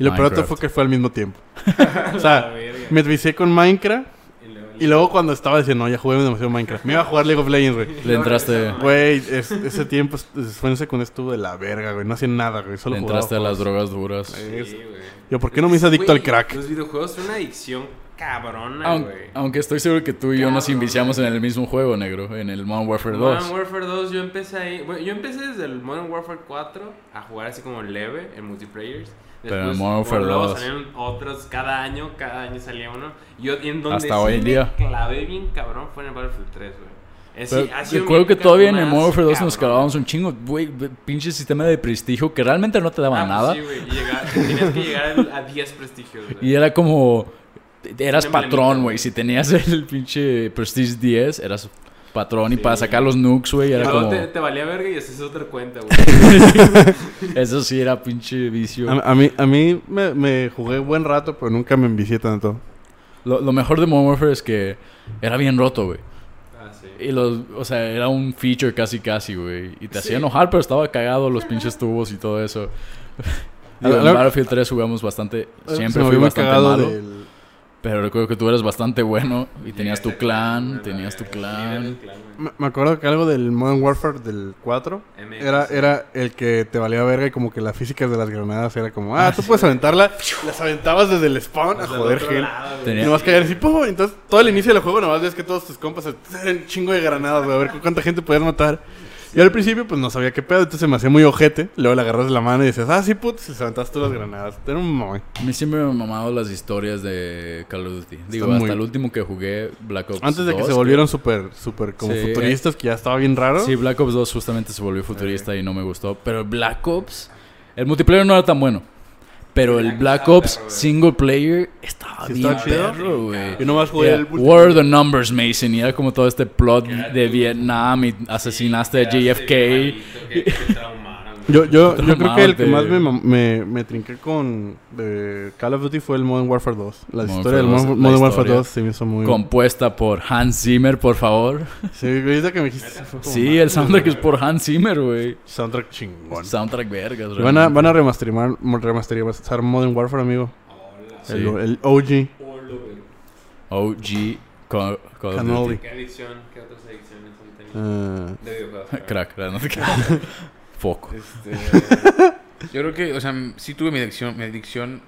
Y lo peor de todo
Minecraft.
fue que fue al mismo tiempo. o
A la
sea,
verga.
me vicié con Minecraft
Y luego-
y luego cuando estaba diciendo, no, ya jugué demasiado Minecraft. Me iba a jugar League of Legends, güey.
Le entraste,
Güey, es- ese tiempo est- fue en secundaria estuvo de la verga, güey. No hacía nada, güey. Solo
le entraste a
jugaba
las drogas duras.
juegos.
Sí, güey.
Pues, Yo, ¿por qué no me hice adicto
Güey,
al crack?
Los videojuegos son una adicción cabrona,
Aunque,
güey.
aunque estoy seguro que tú y yo nos
Cabrón,
inviciamos en el mismo juego, negro, en el Modern Warfare 2.
Modern Warfare 2, yo empecé ahí. Bueno, yo empecé desde el Modern Warfare 4 a jugar así como leve en multiplayers.
Pero
Después,
el Modern Warfare
por luego
2.
salieron otros cada año, cada año salía uno. Y Yo, y en donde
Hasta
sí
hoy en
me
día.
clavé bien cabrón fue en el Battlefield 3, güey. Es
Pero
decir, ha sido
recuerdo
mi
que
época
todavía en el
más
Modern Warfare 2 nos
cabrón.
clavábamos un chingo, güey, güey, pinche sistema de prestigio que realmente no te
Ah,
daba
pues
nada.
Sí, güey. y llegaba- Tenías que llegar al- a 10 prestigios, güey.
y era como, eras
Un
patrón,
emblemita,
güey,
güey.
si tenías el pinche Prestige 10, eras patrón y
Sí.
para sacar los nukes, güey, era
Luego
como,
te, te valía verga y haces otra cuenta, güey.
eso sí era pinche vicio.
A, a mí, a mí me, me jugué buen rato, pero nunca me envicié tanto.
Lo, lo mejor de Modern Warfare es que era bien roto, güey.
Ah, sí.
Y los, o sea, era un feature casi casi, güey. Y te hacía enojar, pero estaba cagado los pinches tubos y todo eso. Digo, en
Algo-
Battlefield 3 jugamos bastante,
Se
siempre
me
fui
había
bastante
cagado
malo.
del-
Pero recuerdo que tú eras bastante bueno y tenías tu
Llegaste
clan,
a-
tenías tu
a-
clan.
líder del clan, güey.
Me, me acuerdo que algo del Modern Warfare del 4
MX.
era, era el que te valía verga y como que las físicas de las granadas era como, ah, tú puedes aventarla. Las aventabas desde el spawn a
Del
joder,
otro
gel.
lado, güey.
Y
Tenía-
nomás caían así, ¡pum! Entonces, todo el inicio del juego, nomás ves que todos tus compas se un chingo de granadas, güey, a ver cu- cuánta gente podías matar. Y al principio, pues no sabía qué pedo, entonces se me hacía muy ojete. Luego le agarras la mano y dices, ah, sí, puto, y se aventas tú las granadas. Era un mamón.
A mí siempre me han mamado las historias de Call of Duty. Digo,
Está
hasta
muy-
el último que jugué, Black Ops
Antes de que
2,
se volvieron súper, súper como
Sí, eh.
futuristas, que ya estaba bien raro.
Sí, Black Ops 2 justamente se volvió futurista y no me gustó. Pero Black Ops, el multiplayer no era tan bueno. Pero
Sí,
el
la
Black
neta,
Ops
perro, güey.
single player estaba
Sí,
bien
estaba chido.
perro, güey.
Yo nomás jugué
Era,
el
What are the numbers, Mason? Y era como todo este plot de Vietnam y asesinaste
Quedaste
a JFK.
malito, que te traumaron, güey.
Yo, yo, yo creo que el que
Traumante.
más me, mam- me, me trinqué con de Call of Duty fue el Modern Warfare 2. La
Modern
historia del
Warfare
Modern,
2,
Modern
la
Warfare
historia.
2 se me hizo muy...
Compuesta por Hans Zimmer, por favor.
Sí, güey, ahorita que me dijiste... fue como,
Sí, el soundtrack es por Hans Zimmer, güey.
Soundtrack chingón.
Soundtrack vergas,
Van a,
realmente.
van a remasterizar, remasterizar Modern Warfare, amigo.
Sí.
El, el OG
OG Call, Call of Duty.
Cannoli.
¿Qué adicción? ¿Qué otras adicciones han tenido?
Ah,
De videojuegos.
Crack, ¿verdad? No te Foco.
Este, yo creo que, o sea, sí tuve mi adicción, mi adicción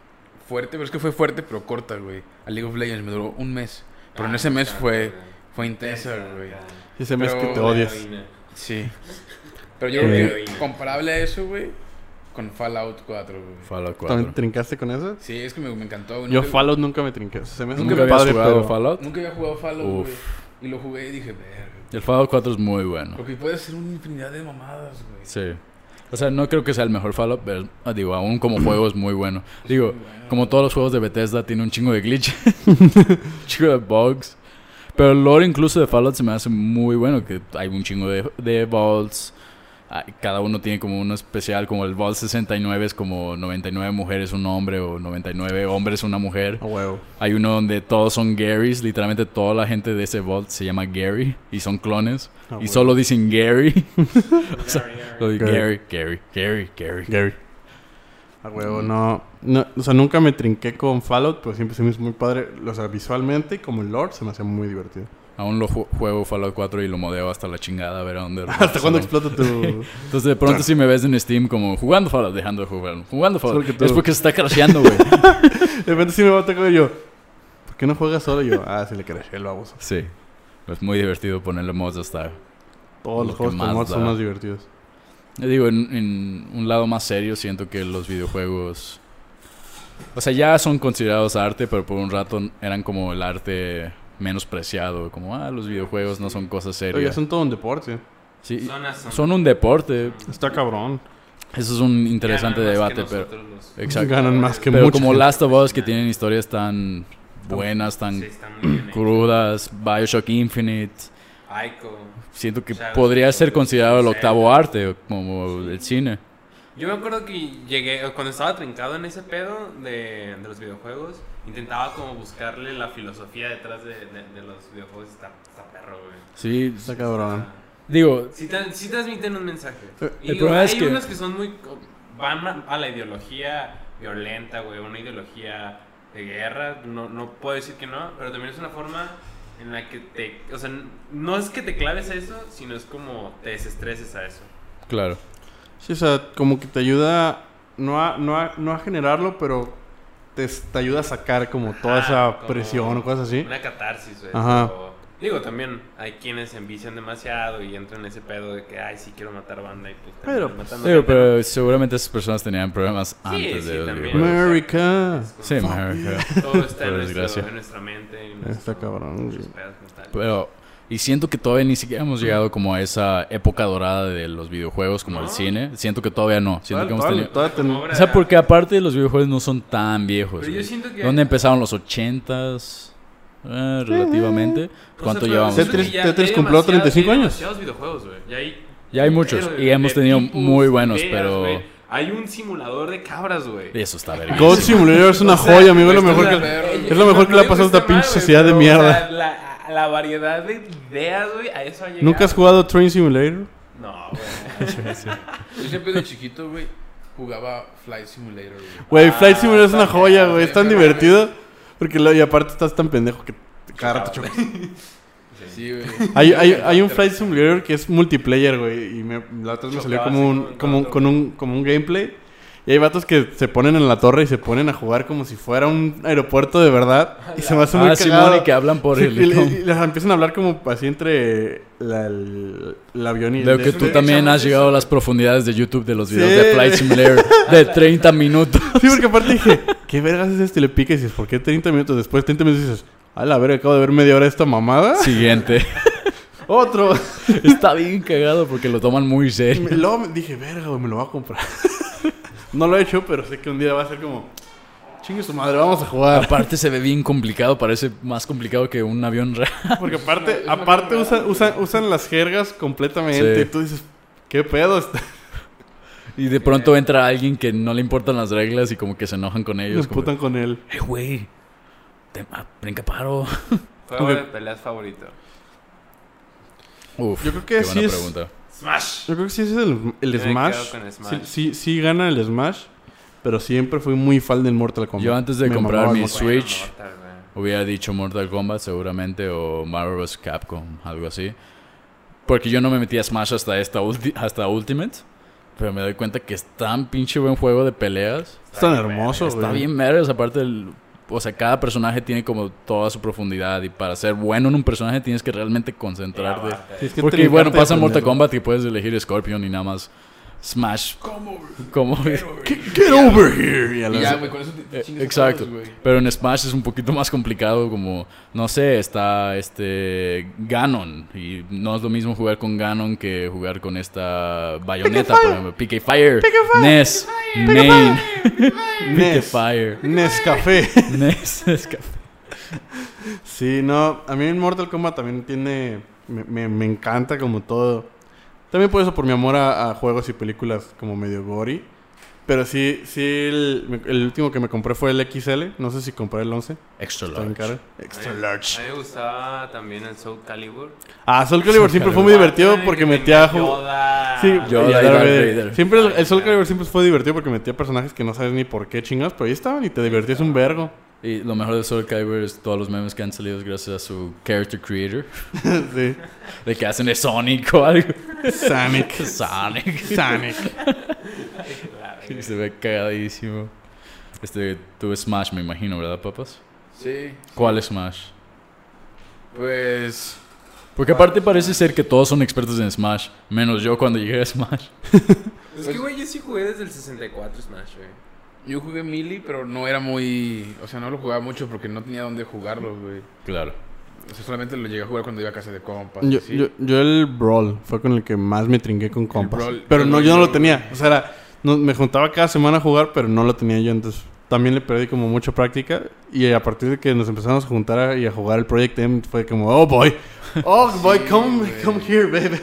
fuerte, pero es que fue fuerte, pero corta, güey. A League of Legends me duró un mes. Pero
Ah,
en ese mes fue, fue intensa, güey.
ese mes
Pero-
que te odias.
Sí. Pero yo
Eh,
creo que comparable a eso, güey, con Fallout 4, güey.
Fallout 4.
¿También trincaste con eso?
Sí, es que me, me encantó. güey.
Yo
Nunca-
Fallout nunca me trinqué. O sea, Se me hace
¿Nunca
muy
habías
padre,
jugado
pero...
Fallout?
Nunca había jugado Fallout,
Uf.
güey. Y lo jugué y dije, verga.
El Fallout 4 es muy bueno.
Porque puede hacer una infinidad de mamadas, güey.
Sí. O sea, no creo que sea el mejor Fallout, pero ah, digo, aún como juego es muy bueno. Digo, como todos los juegos de Bethesda, tiene un chingo de glitches, un chingo de bugs. Pero el lore incluso de Fallout se me hace muy bueno, que hay un chingo de, de vaults. Ah, Cada uno tiene como uno especial, como el Vault 69 es como 99 mujeres un hombre o 99 hombres una mujer.
A huevo.
Hay uno donde todos son Garys, literalmente toda la gente de ese vault se llama Gary y son clones y
Ah, bueno.
solo dicen Gary.
O
Lo de
Gary.
Gary, Gary, Gary, Gary.
Gary. A huevo, no, no. O sea, nunca me trinqué con Fallout, pero siempre se me hizo muy padre. O sea, visualmente y como el lore se me hacía muy divertido.
Aún lo ju- juego Fallout 4 y lo modeo hasta la chingada a ver a dónde.
¿Hasta cuándo explota tu...?
Entonces de pronto si me ves en Steam como jugando Fallout, dejando de jugar, jugando Fallout,
porque tú-
es porque se está crasheando, güey.
De repente sí me va a tocar y yo... ¿Por qué no juegas solo? Y yo, ah, se le crashé el baboso.
sí. Es muy divertido ponerle mods hasta
Todos
Lo
los
que
juegos con
más
mods son
da.
más divertidos.
Yo Digo, en, en un lado más serio, siento que los videojuegos. O sea, ya son considerados arte, pero por un rato eran como el arte menos preciado. Como, ah, los videojuegos no son cosas
Oye,
serias.
son todo un deporte.
Sí,
Zonas son-
son un deporte.
Está cabrón.
Eso es un interesante
Ganan más que
debate, pero.
nosotros los-
Exacto.
Ganan más que
Pero
mucha
como
gente.
Last of Us, que tienen historias tan buenas, tan
Sí, está muy bien hecho.
crudas, Bioshock Infinite.
Aiko.
Siento que
O sea,
podría
los-
ser considerado el
los-
octavo arte, o como el cine.
Yo me acuerdo que llegué, cuando estaba trincado en ese pedo de, de los videojuegos, intentaba como buscarle la filosofía detrás de, de- de los videojuegos. Está, está perro, güey.
Sí,
Está cabrón.
digo,
Sí, tran- sí transmiten un mensaje.
El
Y digo,
problema
hay
es que-
unos que son muy. co- van a, a la ideología violenta, güey, una ideología de guerra. No, no puedo decir que no, pero también es una forma en la que te. O sea, n- no es que te claves a eso, sino es como te desestreses a eso.
claro.
Sí, o sea, como que te ayuda no a, no a, no a generarlo, pero te, te ayuda a sacar Ah, como toda
Ajá,
esa
como
presión o cosas así.
Una catarsis, güey.
Ajá.
pero- Digo, también hay quienes se envician demasiado y entran en ese pedo de que, ay, sí quiero matar banda y pues
Pero,
terminan
pues,
matando
Digo,
gente, ¿no?
pero seguramente esas personas tenían problemas antes
sí,
de los
también.
videojuegos.
América.
Sí, America.
Todo está en,
Por
nuestro-
desgracia.
en nuestra mente. en
Está
nuestro-
cabrón. güey.
nuestros pedos mentales.
Pero, y siento que todavía ni siquiera hemos llegado como a esa época dorada de los videojuegos, como el
No.
cine. Siento que todavía no. Siento
Tal,
que hemos
tal,
tenido...
tal, ten-
Como ahora-
O sea, porque aparte los videojuegos no son tan viejos.
Pero yo
güey.
siento que-
¿Dónde empezaron los 80s? Eh, relativamente.
O sea,
¿Cuánto
pero
llevamos?
siento que
Tetris-
ya-
Tetris
ya hay
cumplió
demasiados-
35
hay
años.
demasiados videojuegos, güey. Ya hay,
Ya hay muchos,
pero
y hemos tenido muy buenos, pero-
güey. Hay un simulador de cabras, güey.
Eso está verga.
Goat Simulator es una joya, amigo. Es lo mejor que, es lo mejor que le ha pasado a esta pinche sociedad de mierda.
la, la variedad de ideas, güey, a eso ha llegado.
¿Nunca has jugado Train Simulator?
No, güey.
Yo siempre de chiquito, güey, jugaba Flight Simulator, güey.
Güey, Flight Simulator es una joya, güey. Es tan
güey.
divertido. Porque lo- y aparte estás tan pendejo que cada rato chocas.
Sí, güey.
Hay, hay, hay un Flight Simulator que es multiplayer, güey. Y me, la otra vez me salió
Chocaba
como
así
un,
con el
como, un-
vato.
con un, como un gameplay. Y hay vatos que se ponen en la torre y se ponen a jugar como si fuera un aeropuerto de verdad. Y se me hace muy
Ah, Simón,
cagado.
y que hablan por
Sí,
el...
y, le- y les empiezan a hablar como así entre la- el, el avión y el
Veo
de
que
este.
tú también has llegado a las profundidades de YouTube de los videos
Sí.
de Flight Simulator de 30 minutos.
Sí, porque aparte dije, ¿qué vergas es esto? Y le piques y dices, ¿por qué 30 minutos después? 30 minutos dices, a la verga, acabo de ver media hora esta mamada.
Siguiente.
Otro.
Está bien cagado porque lo toman muy
Y
serio.
me- luego me- dije, verga, güey, me lo voy a comprar. No lo he hecho, pero sé que un día va a ser como. Chingue su madre, vamos a jugar.
Aparte se ve bien complicado, parece más complicado que un avión real.
Porque aparte, aparte usan, usan, usan las jergas completamente.
Sí.
Y tú dices, ¿qué pedo? está?"
Y de pronto entra alguien que no le importan las reglas y como que se enojan con
Y se
ellos. como,
putan con él.
"Eh, güey! Te, ah, brinca paro.
Juego
Ok.
de peleas favorito.
Uf,
Yo creo que
qué
sí
buena
es-
pregunta.
Smash.
Yo creo que sí ese es el, el
Yo me
Smash.
quedo con
Sí,
Smash.
sí, sí gana el Smash. Pero siempre fui muy fan del Mortal Kombat.
Yo antes de
Me
comprar
mamaba el
mi
Mortal-
Switch,
Bueno, Mortal, güey.
Hubiera dicho Mortal Kombat seguramente o Marvel vs. Capcom, algo así. Porque yo no me metí a Smash hasta, esta ulti- hasta Ultimate. Pero me doy cuenta que es tan pinche buen juego de peleas.
Es tan hermoso, güey.
Está bien meros, aparte del... O sea, cada personaje tiene como toda su profundidad y para ser bueno en un personaje tienes que realmente concentrarte.
Tienes que
Porque bueno,
trincarte
pasa
de
en Mortal
pendejo.
Kombat y puedes elegir Scorpion y nada más Smash. Como...
Get, get over here. Y a
Y
la-
ya, güey, con eso te, te
Eh,
chingas a
Exacto.
todos, güey.
Pero en Smash es un poquito más complicado, como, no sé, está este Ganon. Y no es lo mismo jugar con Ganon que jugar con esta bayoneta, por ejemplo. PK Fire, Ness, Main, PK
Nes.
Fire,
Nescafé.
Ness. es que-
Sí, no, a mí en Mortal Kombat también tiene... Me, me- me encanta como todo. También por eso, por mi amor a, a juegos y películas como medio gory. Pero sí, sí, el, el último que me compré fue el XL. No sé si compré el 11.
Extra
Está bien
large.
caro. Extra large.
A mí me gustaba también el Soul Calibur.
Ah, Soul Calibur siempre fue muy divertido porque metía... ju-
Yoda.
Ah, Sí,
Yo-
y
Yoda
a
y
Darth
Darth
Vader.
Vader.
eh, Siempre el, el Soul Calibur siempre fue divertido porque metía personajes que no sabes ni por qué chingas, pero ahí estaban y te divertías un vergo.
Y lo mejor de Soul Calibur es todos los memes que han salido gracias a su character creator.
sí.
De que hacen de Sonic o algo.
Sonic.
Sonic.
Sonic.
Y se ve cagadísimo. Este, tuve Smash, me imagino, ¿verdad, papas?
Sí.
¿Cuál es Smash?
Pues.
Porque aparte parece ser que todos son expertos en Smash, menos yo cuando llegué a Smash.
Es que, güey, yo sí jugué desde el 64 Smash, güey.
Yo jugué Melee, pero no era muy. O sea, no lo jugaba mucho porque no tenía dónde jugarlo, güey.
Claro.
O sea, solamente lo llegué a jugar cuando iba a casa de compas.
Yo,
así.
yo- yo el Brawl fue con el que más me trinqué con compas.
Brawl-
pero
el
no,
Brawl
yo no
yo-
lo tenía. O sea, era- no- me juntaba cada semana a jugar, pero no lo tenía yo. Entonces también le perdí como mucha práctica. Y a partir de que nos empezamos a juntar a- y a jugar el Project M, fue como, oh boy, oh boy, come,
güey.
come here, baby.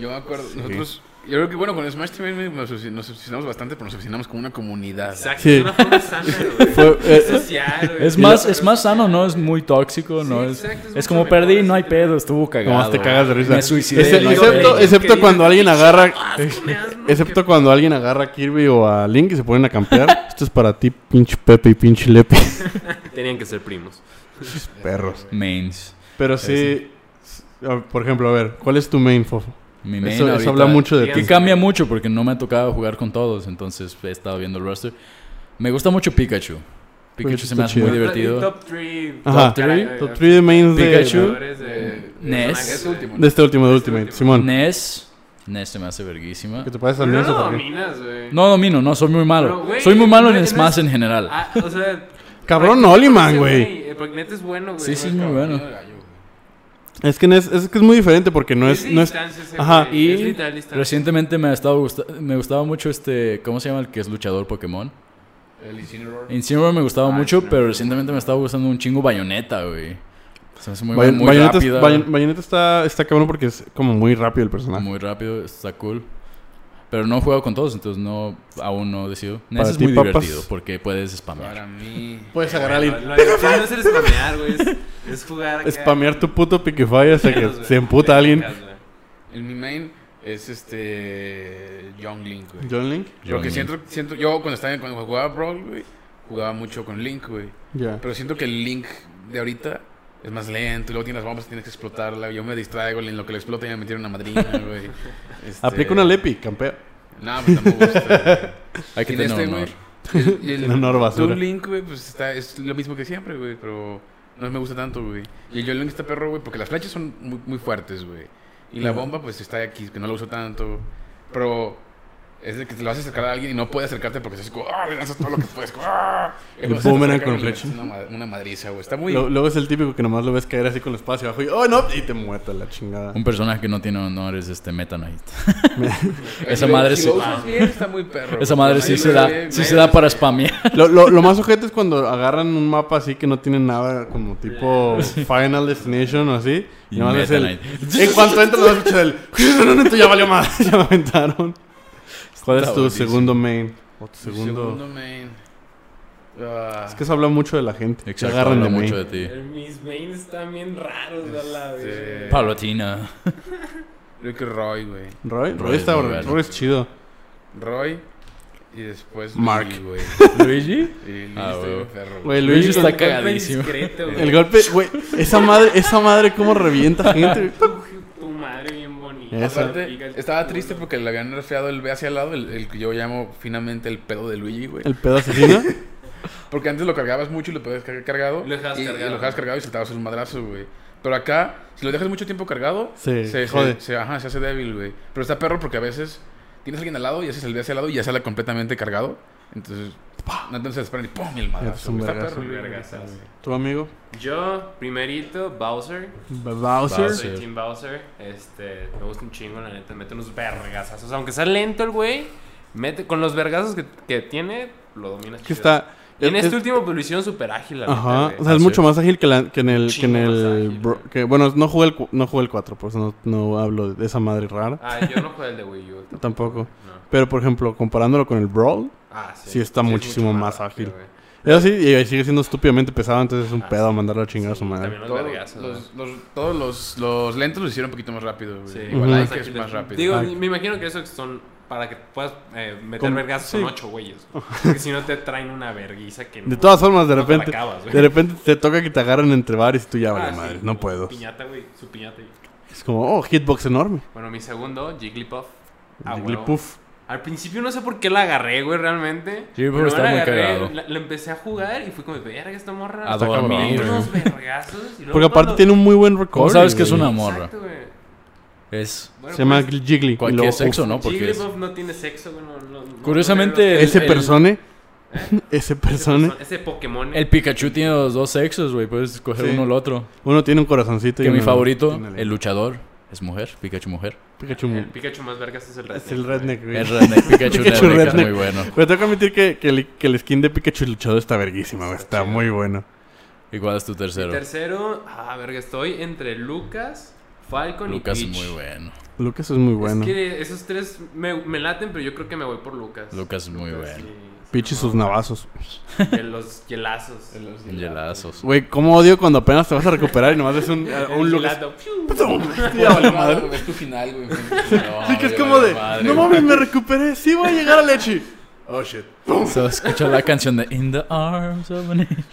Yo me acuerdo, nosotros. Yo creo que, bueno, con Smash también nos obs- nos obsesionamos bastante, pero nos obsesionamos como una comunidad.
Exacto.
Sí.
Es una forma sana, güey.
Fue- eh,
Social, güey.
es, más, es más sano, no es muy tóxico, no
Sí,
es...
exacto, es
Es,
mucho
como
mejor,
perdí,
es
no hay
literal.
pedo, estuvo cagado.
Nomás te cagas de risa.
Me suicidé.
Ese-
no hay
excepto
pedo.
excepto
Qué
cuando alguien agarra.
asco, me das, ¿no?
Excepto cuando alguien agarra a Kirby o a Link y se ponen a campear. Esto es para ti, pinche Pepe y pinche Lepe.
Tenían que ser primos.
Perros.
Mains.
Pero sí. s- Por ejemplo, a ver, ¿cuál es tu main, Fofo?
Mi main
Eso, eso
ahorita-
habla mucho de ti.
Que cambia mucho porque no me ha tocado jugar con todos, entonces he estado viendo el roster. Me gusta mucho Pikachu. Pikachu
Pikachu
se me
Pues
hace
está
muy
chido.
divertido.
Top 3.
Ajá. Top 3 de mains de-
Pikachu. Ness.
Es último.
De
¿no?
este último, de Ultimate. Simón.
Ness. Ness se me hace verguísima.
Que te pases al
No
Ness
lo
o por qué?
dominas, güey.
No domino, no, soy muy malo.
Pero, güey,
soy muy malo
no
en
es- no
Smash
es-
en general.
Ah, o sea.
Cabrón,
practica
Oliman,
ese
güey.
Eh, Porque neta es bueno, güey.
Sí, sí, es muy bueno.
Es que Ness- es que es muy diferente porque no es.
Es
No es
distancia ese,
ajá.
güey.
Y
Es literal distancia.
recientemente me ha estado gusta- me gustaba mucho este, ¿cómo se llama el que es luchador Pokémon?
El Incineroar.
Incineroar me gustaba
Ah,
mucho,
Incineroar.
pero recientemente me estaba gustando un chingo Bayonetta, güey. Se me hace muy,
Bay-
muy
Bayonetta,
rápida,
Bay- Bayonetta está, está cabrón porque es como muy rápido el personaje.
muy rápido, está cool. Pero no he jugado con todos, entonces no aún no decido.
Para
Ness es
ti,
muy
papas.
divertido porque puedes spamear.
Para mí.
Puedes agarrar a
Lo- lo divertido no es el spamear, güey. es- Es jugar. acá.
Spamear tu puto Pikify hasta que
Güey.
se emputa alguien.
El mi main es este. Young Link, güey.
John Link.
Lo que
Young
siento, siento. Yo cuando estaba cuando jugaba Brawl, güey, jugaba mucho con Link, güey.
Ya.
Pero siento que el Link de ahorita es más lento. Y luego tienes las bombas, tienes que explotarla. Yo me distraigo en lo que lo explota y me metieron una madrina, güey. Este,
Aplica una Lepi, campea.
No, pues tampoco. este,
Hay que
Y
tener
de este,
honor.
güey, y el-
Un honor basura.
Toon Link, güey, pues está, es lo mismo que siempre, güey, pero no me gusta tanto, güey. Y el John Link está perro, güey, porque las flechas son muy, muy fuertes, güey. Y la bomba, pues está aquí, que no la uso tanto. Pero Es de que te lo vas a acercar a alguien y no puedes acercarte porque estás como, ah, le lanzas todo lo que puedes. como, ¡Ah! Y
El
luego se te
boomerang
acerca
con
y le
flecha.
metes Una, ma- una madriza, güey. Está muy.
Lo- luego es el típico que nomás lo ves caer así con los pasos hacia abajo y ¡oh, no! Y te muerta la chingada.
Un personaje que no tiene honores, este Meta Knight.
Ay,
esa
Eh, si
madre
si
sí-
lo usas bien, está muy perro.
Esa
güey.
madre
Nadie
sí se
lo
da,
ve,
sí
nadie
se
lo
da
ve.
para spamear.
Lo, lo- lo más ojete es cuando agarran un mapa así que no tiene nada como tipo Final Destination o así.
Y
Y nomás es
Meta
el...
Knight.
En cuanto entra, lo escuchas el... "Esto ya valió más! ya me aventaron. ¿Cuál es
Está
tu
buenísimo.
segundo main? O tu
Mi
segundo...
main. Ah,
Es que eso habla mucho de la gente. Se
Exacto,
agarran
habla
de
mucho
mí.
de ti.
El- Mis mains están bien raros, a la vez.
este,
Palatina.
Ricky Roy, güey.
Roy, Roy,
Roy es
está...
muy bueno.
Roy es chido.
Roy. Y después.
Mark.
Luigi, güey.
Luigi.
Y Luigi
Ah,
está
güey.
bien perro, güey.
Güey,
Luigi
Luigi
está cagadísimo.
Discreto, güey.
El golpe... Güey, esa madre... Esa madre cómo revienta gente.
Tu, tu madre bien bonita.
Esa.
pica
Aparte,
el
estaba
culo.
triste porque le habían nerfeado el B hacia el lado, el, el que yo llamo finamente el pedo de Luigi, güey.
El pedo asesino.
Porque antes lo cargabas mucho y lo podías cargar cargado.
Lo dejabas
y, y
cargado.
lo dejabas cargado y saltabas un madrazo, güey. Pero acá, si lo dejas mucho tiempo cargado,
Se jode.
se, se- ajá, se hace débil, güey. Pero está perro porque a veces tienes a alguien al lado y haces el de hacia el lado y ya sale completamente cargado. Entonces, ¡pah! no entonces esperan y ¡pum! y el
Es un
madrazo. güey. Está
vergazo.
perro, güey.
Vergasazo.
Tu amigo.
Yo, primerito, Bowser.
Bowser.
Bowser.
Soy Team Bowser. Este, me gusta un chingo, la neta. Mete unos vergazazos. Aunque sea lento el güey, mete, con los vergazos que, que tiene, lo dominas chido.
Que está...
Y en
es-
este último, pues lo hicieron súper ágil, la
Ajá,
neta.
o
güey.
sea,
Ah,
es mucho
sí.
más ágil que, la- que en el... Que en
Chingo más
el
ágil,
bro-
güey.
que, bueno, no jugué, el, cu- no jugué el 4, por eso no, no hablo de esa madre rara.
Ah, yo no jugué el de Wii U. tampoco.
Tampoco.
No.
Pero, por ejemplo, comparándolo con el Brawl,
Ah, sí.
Sí, está
es
muchísimo
mucho
más ágil.
rápido, güey.
eso sí, y sigue siendo estúpidamente pesado, entonces es un
Ah,
pedo
sí.
mandarlo a chingar a
Sí,
su madre.
también los
Todo-
vergazos,
los, los- todos los, los lentos lo hicieron un poquito más rápido, güey.
Sí,
Igual
Ujú.
hay que es más rápido.
Digo,
Ah.
me imagino que eso son para que puedas eh, meter
Con-
vergazos
sí.
son ocho güeyes. güey. Porque si no te traen una verguiza que no.
De todas formas, de
no te la
repente,
acabas, güey.
de repente te toca que te agarren entre varios y tú ya,
Ah,
vale,
sí,
madre, no
su
puedo.
Piñata, güey, su piñata. y-
Es como, oh, hitbox enorme.
Bueno, mi segundo, Jigglypuff. Ah,
Jigglypuff.
huevo. Al principio no sé por qué la agarré, güey, realmente.
Jigglypuff
Pero
estaba
la
muy
agarré,
cagado.
La, la empecé a jugar y fui como, verga, esta morra.
A
Está cabrón,
dormir,
güey. unos vergazos. y luego
Porque aparte
cuando-
tiene un muy buen record.
¿Cómo sabes que es una morra?
Exacto, güey.
Es
Bueno,
Se llama
pues,
Jiggly. y
cualquier
luego-
sexo, ¿no? Porque es-
Jigglypuff no tiene sexo, güey. no- no- no-
Curiosamente,
no-
Uf, Ese
El- ¿Eh? el-
persone. Ese persone.
Ese Pokémon.
el Pikachu tiene los dos sexos, güey. Puedes escoger
Sí.
uno o el otro.
Uno tiene un corazoncito. y
que mi
uno
favorito,
tiene
el luchador, es mujer, Pikachu mujer.
Pikachu.
El Pikachu más vergas es el Redneck.
Es el redneck, güey.
El redneck, Pikachu,
Pikachu
redneck, es
redneck.
muy bueno.
Pero tengo que admitir que, que el, que el skin de Pikachu luchador está verguísima, güey. Está muy bueno.
¿Y cuál es tu
güey.
tercero?
Tercero, ah, verga, estoy entre Lucas, Falcon
Lucas
y
es
Peach.
muy bueno.
Lucas es muy bueno.
Es que esos tres me, me laten, pero yo creo que me voy por Lucas.
Lucas es muy
Lucas
bueno.
y-
Peach y sus navazos.
y los hielazos.
Gelazos.
Güey, cómo odio cuando apenas te vas a recuperar y nomás es un, a-
Ah,
un
El
Lucas.
gelato, ¡piu!
¡Pum!
Sí,
Ya valió madre.
madre. Es tu final, güey.
Así que es como de, no mames, me recuperé, sí voy a llegar a Lechi. Oh shit.
So, escucha la canción de In the Arms of an Angel.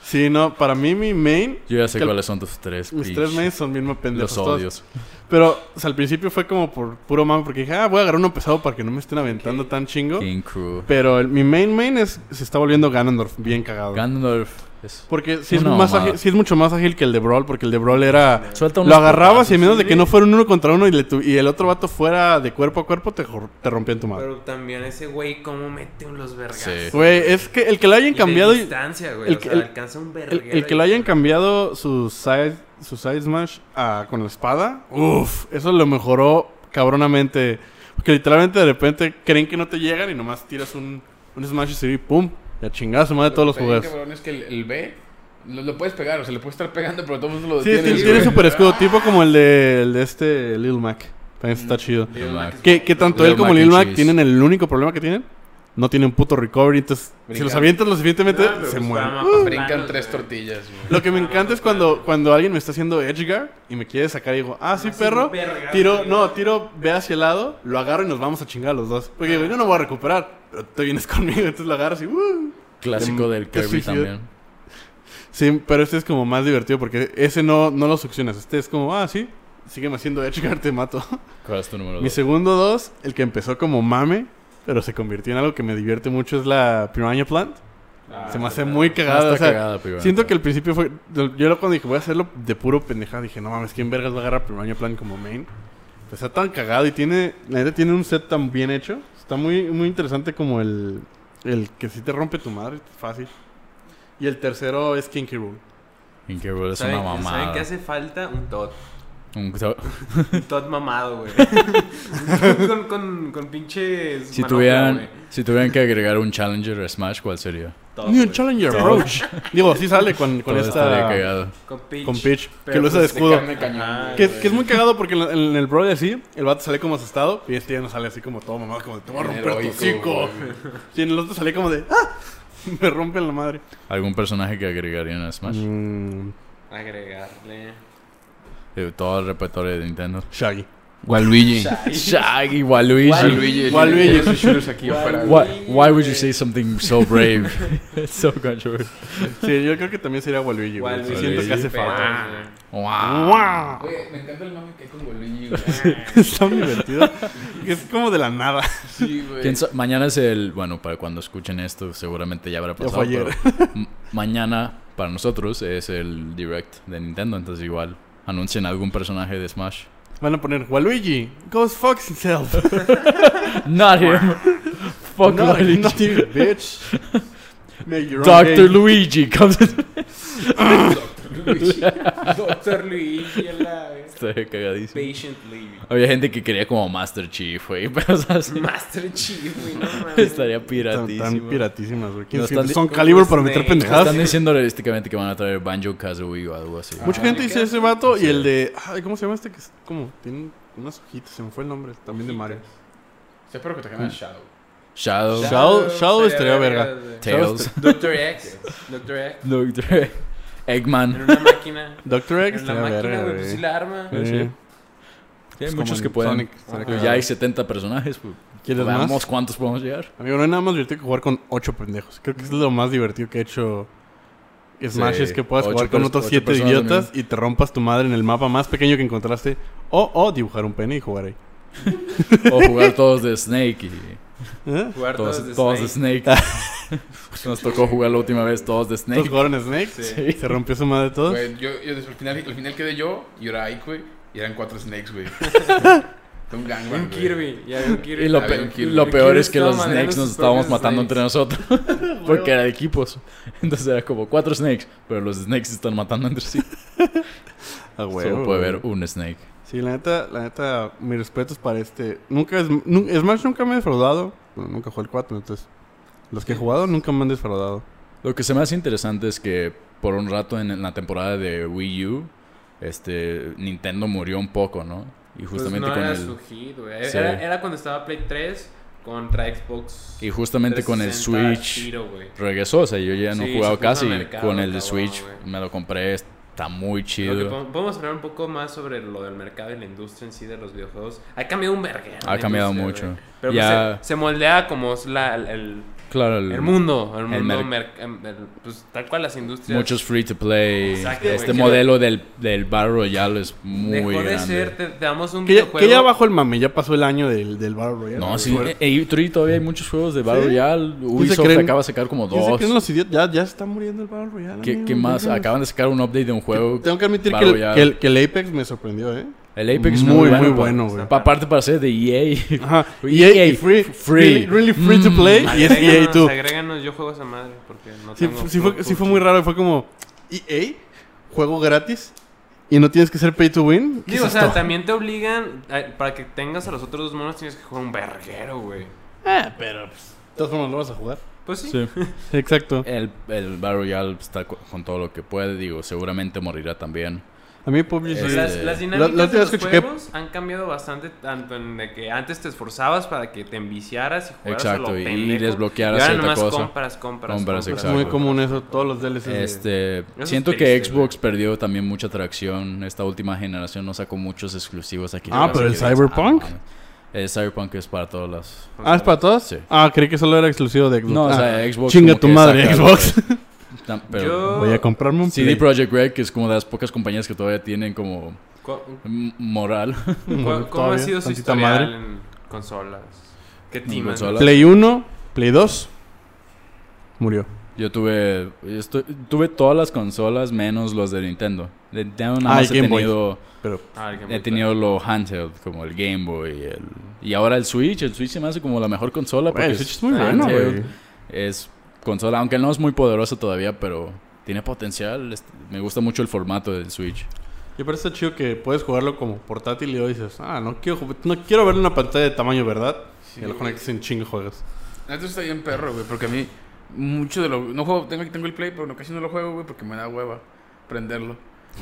Sí, no, para mí mi main,
Yo ya sé
Que-
cuáles son tus tres.
mis
Peach.
tres mains son bien más pendejos.
Los
todos.
odios.
Pero, o sea, al principio fue como por puro mame porque dije, ah, voy a agarrar uno pesado para que no me estén aventando tan chingo.
King Crew.
Pero el- mi main main es, se está volviendo Ganondorf, bien cagado.
Gandalf. es-
Porque sí es,
Una
más
mamada.
ágil- sí es mucho más ágil que el de Brawl, porque el de Brawl era...
Suelta
Lo
unos
agarrabas y a
putazos.
menos de que no fuera un uno contra uno y, le tu- y el otro vato fuera de cuerpo a cuerpo, te, jor- te rompían tu madre.
Pero también ese güey, cómo mete los vergas.
Sí.
Güey, es que el que lo hayan cambiado... y-
distancia, güey.
el
o
que-
sea,
el-
alcanza un
El,
verguero.
el que lo hayan cambiado su side, su side smash a- con la espada, uff, eso lo mejoró cabronamente. Porque literalmente de repente creen que no te llegan y nomás tiras un, un smash y se y pum, ya chingada su madre de todos los
jugadores.
jugadores.
es que el, el B lo, lo puedes pegar, o sea, le puedes estar pegando, pero todo el mundo lo
Sí,
detiene.
tiene,
güey.
tiene super escudo, tipo como el de, el de este Lil Mac. También está chido.
Lil Mac.
Que, que tanto
Lil
él como
Mac and
Lil Mac
Cheese.
tienen el único problema que tienen. No tienen puto recovery, entonces si
Brincar.
los avientas lo suficientemente,
Ah, pero
se
pues,
mueren.
para mapas
Brincan
planos,
tres
güey.
tortillas, güey.
Lo que me encanta es cuando, cuando alguien me está haciendo Edgar y me quiere sacar y digo, ah, sí, perro. Tiro, no, tiro, ve hacia el lado, lo agarro y nos vamos a chingar los dos. Porque digo, yo no voy a recuperar, pero te vienes conmigo, entonces lo agarras y ¡uh!
Clásico del
Te
Kirby
suicidas.
también.
Sí, pero este es como más divertido porque ese no, no lo succionas. Este es como, ah, sí, sígueme haciendo Edgar, te mato.
¿Cuál es tu número
Mi
dos?
segundo dos, el que empezó como mame, pero se convirtió en algo que me divierte mucho, es la Piranha Plant. se me hace muy
Ah, está
cagada. o sea,
cagada, pero bueno.
Siento que al principio fue. Yo lo- cuando dije voy a hacerlo de puro pendejada, dije, no mames, ¿quién vergas va a agarrar Primaño Plan como main? Pues Está tan cagado y tiene. La neta tiene un set tan bien hecho. Está muy, muy interesante como el. El que sí te rompe tu madre, fácil. Y el tercero es Kinky Rule.
Kinky Rule es
¿Saben,
una
¿Saben
mamada.
que hace falta? Un tot.
Un- so-
Un tot mamado, güey. Un tot con, con, con pinches.
Si
manopla,
tuvieran,
güey.
si tuvieran que agregar un challenger a Smash, ¿cuál sería?
Tot,
New
güey.
Challenger Approach. Digo, sí sale con, con
pues, Todo estaría
esta.
cagado.
Con pitch.
Con Peach.
Pero
que lo usa de
pues,
escudo.
carne de
Ajá,
cañón.
Que, que es muy cagado porque en, la- en el Bro de así, el vato sale como asustado y este ya no sale así como todo mamado, como te voy a romper tu
Heroico,
hocico.
güey.
Sí, en el otro sale como de ¡Ah! Me rompen la madre.
¿Algún personaje que agregarían a Smash?
Mm,
Agregarle.
De todo el repertorio de Nintendo.
Shaggy.
Waluigi.
Shaggy, Waluigi.
Waluigi.
Waluigi.
Tiene esos shooters aquí afuera,
Why,
güey.
why would you say something so brave? It's so controversial.
Sí, yo creo que también sería Waluigi. güey. Sí,
Waluigi.
siento que hace
Pero, ah.
falta.
güey.
Wow.
Güey, me encanta el mame que hay con Waluigi, güey.
Está muy divertido. Es como de la nada.
Sí, güey.
¿Quién sa- mañana es el. Bueno, para cuando escuchen esto, seguramente ya habrá
Ya
pasado.
fue ayer.
pero m- mañana, para nosotros, es el direct de Nintendo. Entonces, igual, anuncien algún personaje de Smash.
Van a poner Waluigi. Goes fucks himself.
Not him. Fuck
No,
Waluigi.
not you, bitch. Make your own
Dr.
game.
Luigi comes in.
Luigi. Doctor Luigi, a la vez.
Estaría cagadísimo.
Patient Luigi.
Había gente que quería como Master Chief, güey. Pero, o sea, sí,
Master Chief, güey, no
Mm.
mames.
estaría
Están-
piratísimo.
Están piratísimas, güey. ¿Quién
No,
sí?
están di-
Son calibre para
Snake.
meter
Están
pendejadas.
diciendo realísticamente que van a traer Banjo Kazooie o algo así.
Mucha gente
¿de
dice
qué?
ese vato y el de. Ay, ¿Cómo se llama este? Que es como. Tiene unas hojitas, se me fue el nombre. También de Mario.
Yo espero que te ganen Shadow.
Shadow,
Shadow- Shadow
sería
estaría verga.
güey.
Tails,
Doctor X. Doctor X.
Doctor
En
Eggman.
una máquina.
Doctor X.
En la
estaría
máquina,
verga,
güey. Pues
güey.
sí la arma.
Sí.
Sí. Sí,
Es
hay
como
muchos
en
que pueden.
Sonic, estaría
Pero
cagado.
Pues ya hay 70 personajes. Pues,
¿Quieres
veamos
más?
cuántos podemos llegar.
Amigo, no hay nada más divertido que jugar con ocho pendejos. Creo que es lo más divertido que he hecho Smash.
Sí.
Es que puedas
Ocho
jugar con
pers-
otros
ocho
siete
personas
idiotas y te rompas tu madre en el mapa más pequeño que encontraste. O, o dibujar un pene y jugar ahí.
O jugar todos de Snake. Y,
¿Eh?
Jugar
todos,
de
todos de
Snake.
Snake. Pues Nos tocó jugar la última vez todos de
Todos
Snake.
jugaron Snake.
Sí.
Se rompió su madre todos.
Güey, Pues, yo, yo desde el final, al final quedé yo y era Ike, güey. Y eran cuatro snakes, güey. Fue un gangbang,
Un
güey.
Kirby. Ya había un Kirby. Pues,
Y lo,
Ah,
pe-
bien, Kirby.
lo
El
peor
Kirby
es que los
estaba
Snakes
matando a
nos
sus
estábamos
propios
matando entre
snakes.
nosotros. porque era de equipos. Entonces era como cuatro Snakes. Pero los Snakes se están matando entre sí.
Ah, güey,
Solo
güey.
puede haber un Snake.
Sí, la neta, la neta, mis respetos para este. Nunca es, nu- Smash nunca me ha defraudado. Bueno, nunca jugué el 4, entonces. Los que he jugado nunca me han defraudado.
Lo que se me hace interesante es que por un rato en la temporada de Wii U, este Nintendo murió un poco, ¿no? Y
Pues
justamente
no
con
era
el
su hit, güey.
Sí.
Era, era cuando estaba Play 3 contra Xbox.
y justamente con el
360 al
Switch
tiro, güey.
regresó, o sea, yo ya
Sí,
no he
se
jugado
puso a
casi
mercado,
con el de
cabrón,
Switch,
güey.
me lo compré, está
Creo
muy
que
chido.
po- podemos hablar un poco más sobre lo del mercado y la industria en sí de los videojuegos. Ha cambiado un verguero.
Ha
la
cambiado
industria,
mucho.
güey. Pero pues
Ya-
se, se moldea como es la, el, el-
Claro, el-
el mundo. El mundo.
mer-
merc- em, el- pues tal cual las industrias.
muchos free to play,
Exacto,
este
güey.
modelo del del Battle Royale es muy
Dejó
grande.
de ser, te, te damos un
Que ya,
videojuego.
que ya bajó el mame, ya pasó el año del, del Battle Royale.
No,
Güey.
sí, eh, en E3 todavía hay muchos juegos de Battle
Sí.
Royale, Ubisoft
creen?
acaba de sacar como
¿Quién se
dos.
creen los idiotas? Ya, ya se está muriendo el Battle Royale.
¿Qué,
amigo,
Mm,
qué más?
déjenlos.
Acaban de sacar un update de un juego.
Tengo que admitir que
Battle
el,
Royale.
que, el, que el Apex me sorprendió, ¿eh?
El Apex
muy,
es
muy
pa-
bueno, güey.
pa- aparte para ser de E EA.
Ajá.
Free.
EA, y free,
Free.
Really, really free to
Mm.
play. Y es EA
Agréganos,
2.
agréganos, yo juego esa madre porque no
Sí,
tengo
sí
Pro
fue, sí
Tour.
fue muy raro. Fue como EA, juego gratis. Y no tienes que ser pay to win. ¿Qué
Digo,
es
o sea,
esto?
también te obligan a- para que tengas a los otros dos monos tienes que jugar un verguero, güey.
Ah, pero pues, de todas formas lo vas a jugar.
Pues sí.
Sí, exacto.
El, el Battle Royale está co- con todo lo que puede, digo, seguramente morirá también.
A mí PUBG
Eh,
sí-
Las,
Este-
las
La- la
dinámicas
última
de
vez
los
que chequé-
juegos han cambiado bastante, tanto en de que antes te esforzabas para que te enviciaras y jugaras a
Exacto,
lo
y
pendejo, y
desbloquear
ahora
cierta
nomás
cosa.
compras, compras,
Compras,
compras.
es
exacto.
muy común eso, todos los DLCs. de-
Este,
es
siento que
triste,
Xbox perdió también mucha tracción. Esta última generación no sacó muchos exclusivos aquí.
Ah, pero el
Así que dices,
Cyberpunk.
ah, no mames. el Cyberpunk es para todas las...
Ah, ¿es para todos?
Sí.
Ah, creí que solo era exclusivo de Xbox.
No, o
Ah,
sea, Xbox...
Chinga
como
tu
que
madre,
saca-
Xbox.
Tam- pero
Yo-
Voy a comprarme un
CD
CD
Projekt Red, que es como de las pocas compañías que todavía tienen como
Co-
mm, moral.
co- ¿Cómo, ha sido su
Tantita
historial
madre.
en consolas? ¿Qué
En
team?
consolas.
Play 1, Play 2. Murió.
Yo tuve, yo estu- tuve todas las consolas menos los de Nintendo. De Nintendo nada
Ah,
más
el
he
Game Boy.
tenido,
Pero
Ah, el Game
he
Boy,
tenido lo handheld, como el Game Boy. el- Y ahora el Switch. El Switch se me hace como la mejor consola.
güey,
porque
el Switch es muy
Ah,
bueno,
sí.
güey.
es consola, aunque no es muy poderosa todavía, pero tiene potencial. Este, Me gusta mucho el formato del Switch.
Yo parece chido que puedes jugarlo como portátil y luego dices, ah, no quiero, ju- no quiero ver una pantalla de tamaño, ¿verdad?
Sí,
y lo
güey.
conectas en chingo y juegas.
Antes está bien perro, güey, porque a mí mucho de lo... No juego, tengo, tengo el Play, pero no, casi no lo juego, güey, porque me da hueva prenderlo.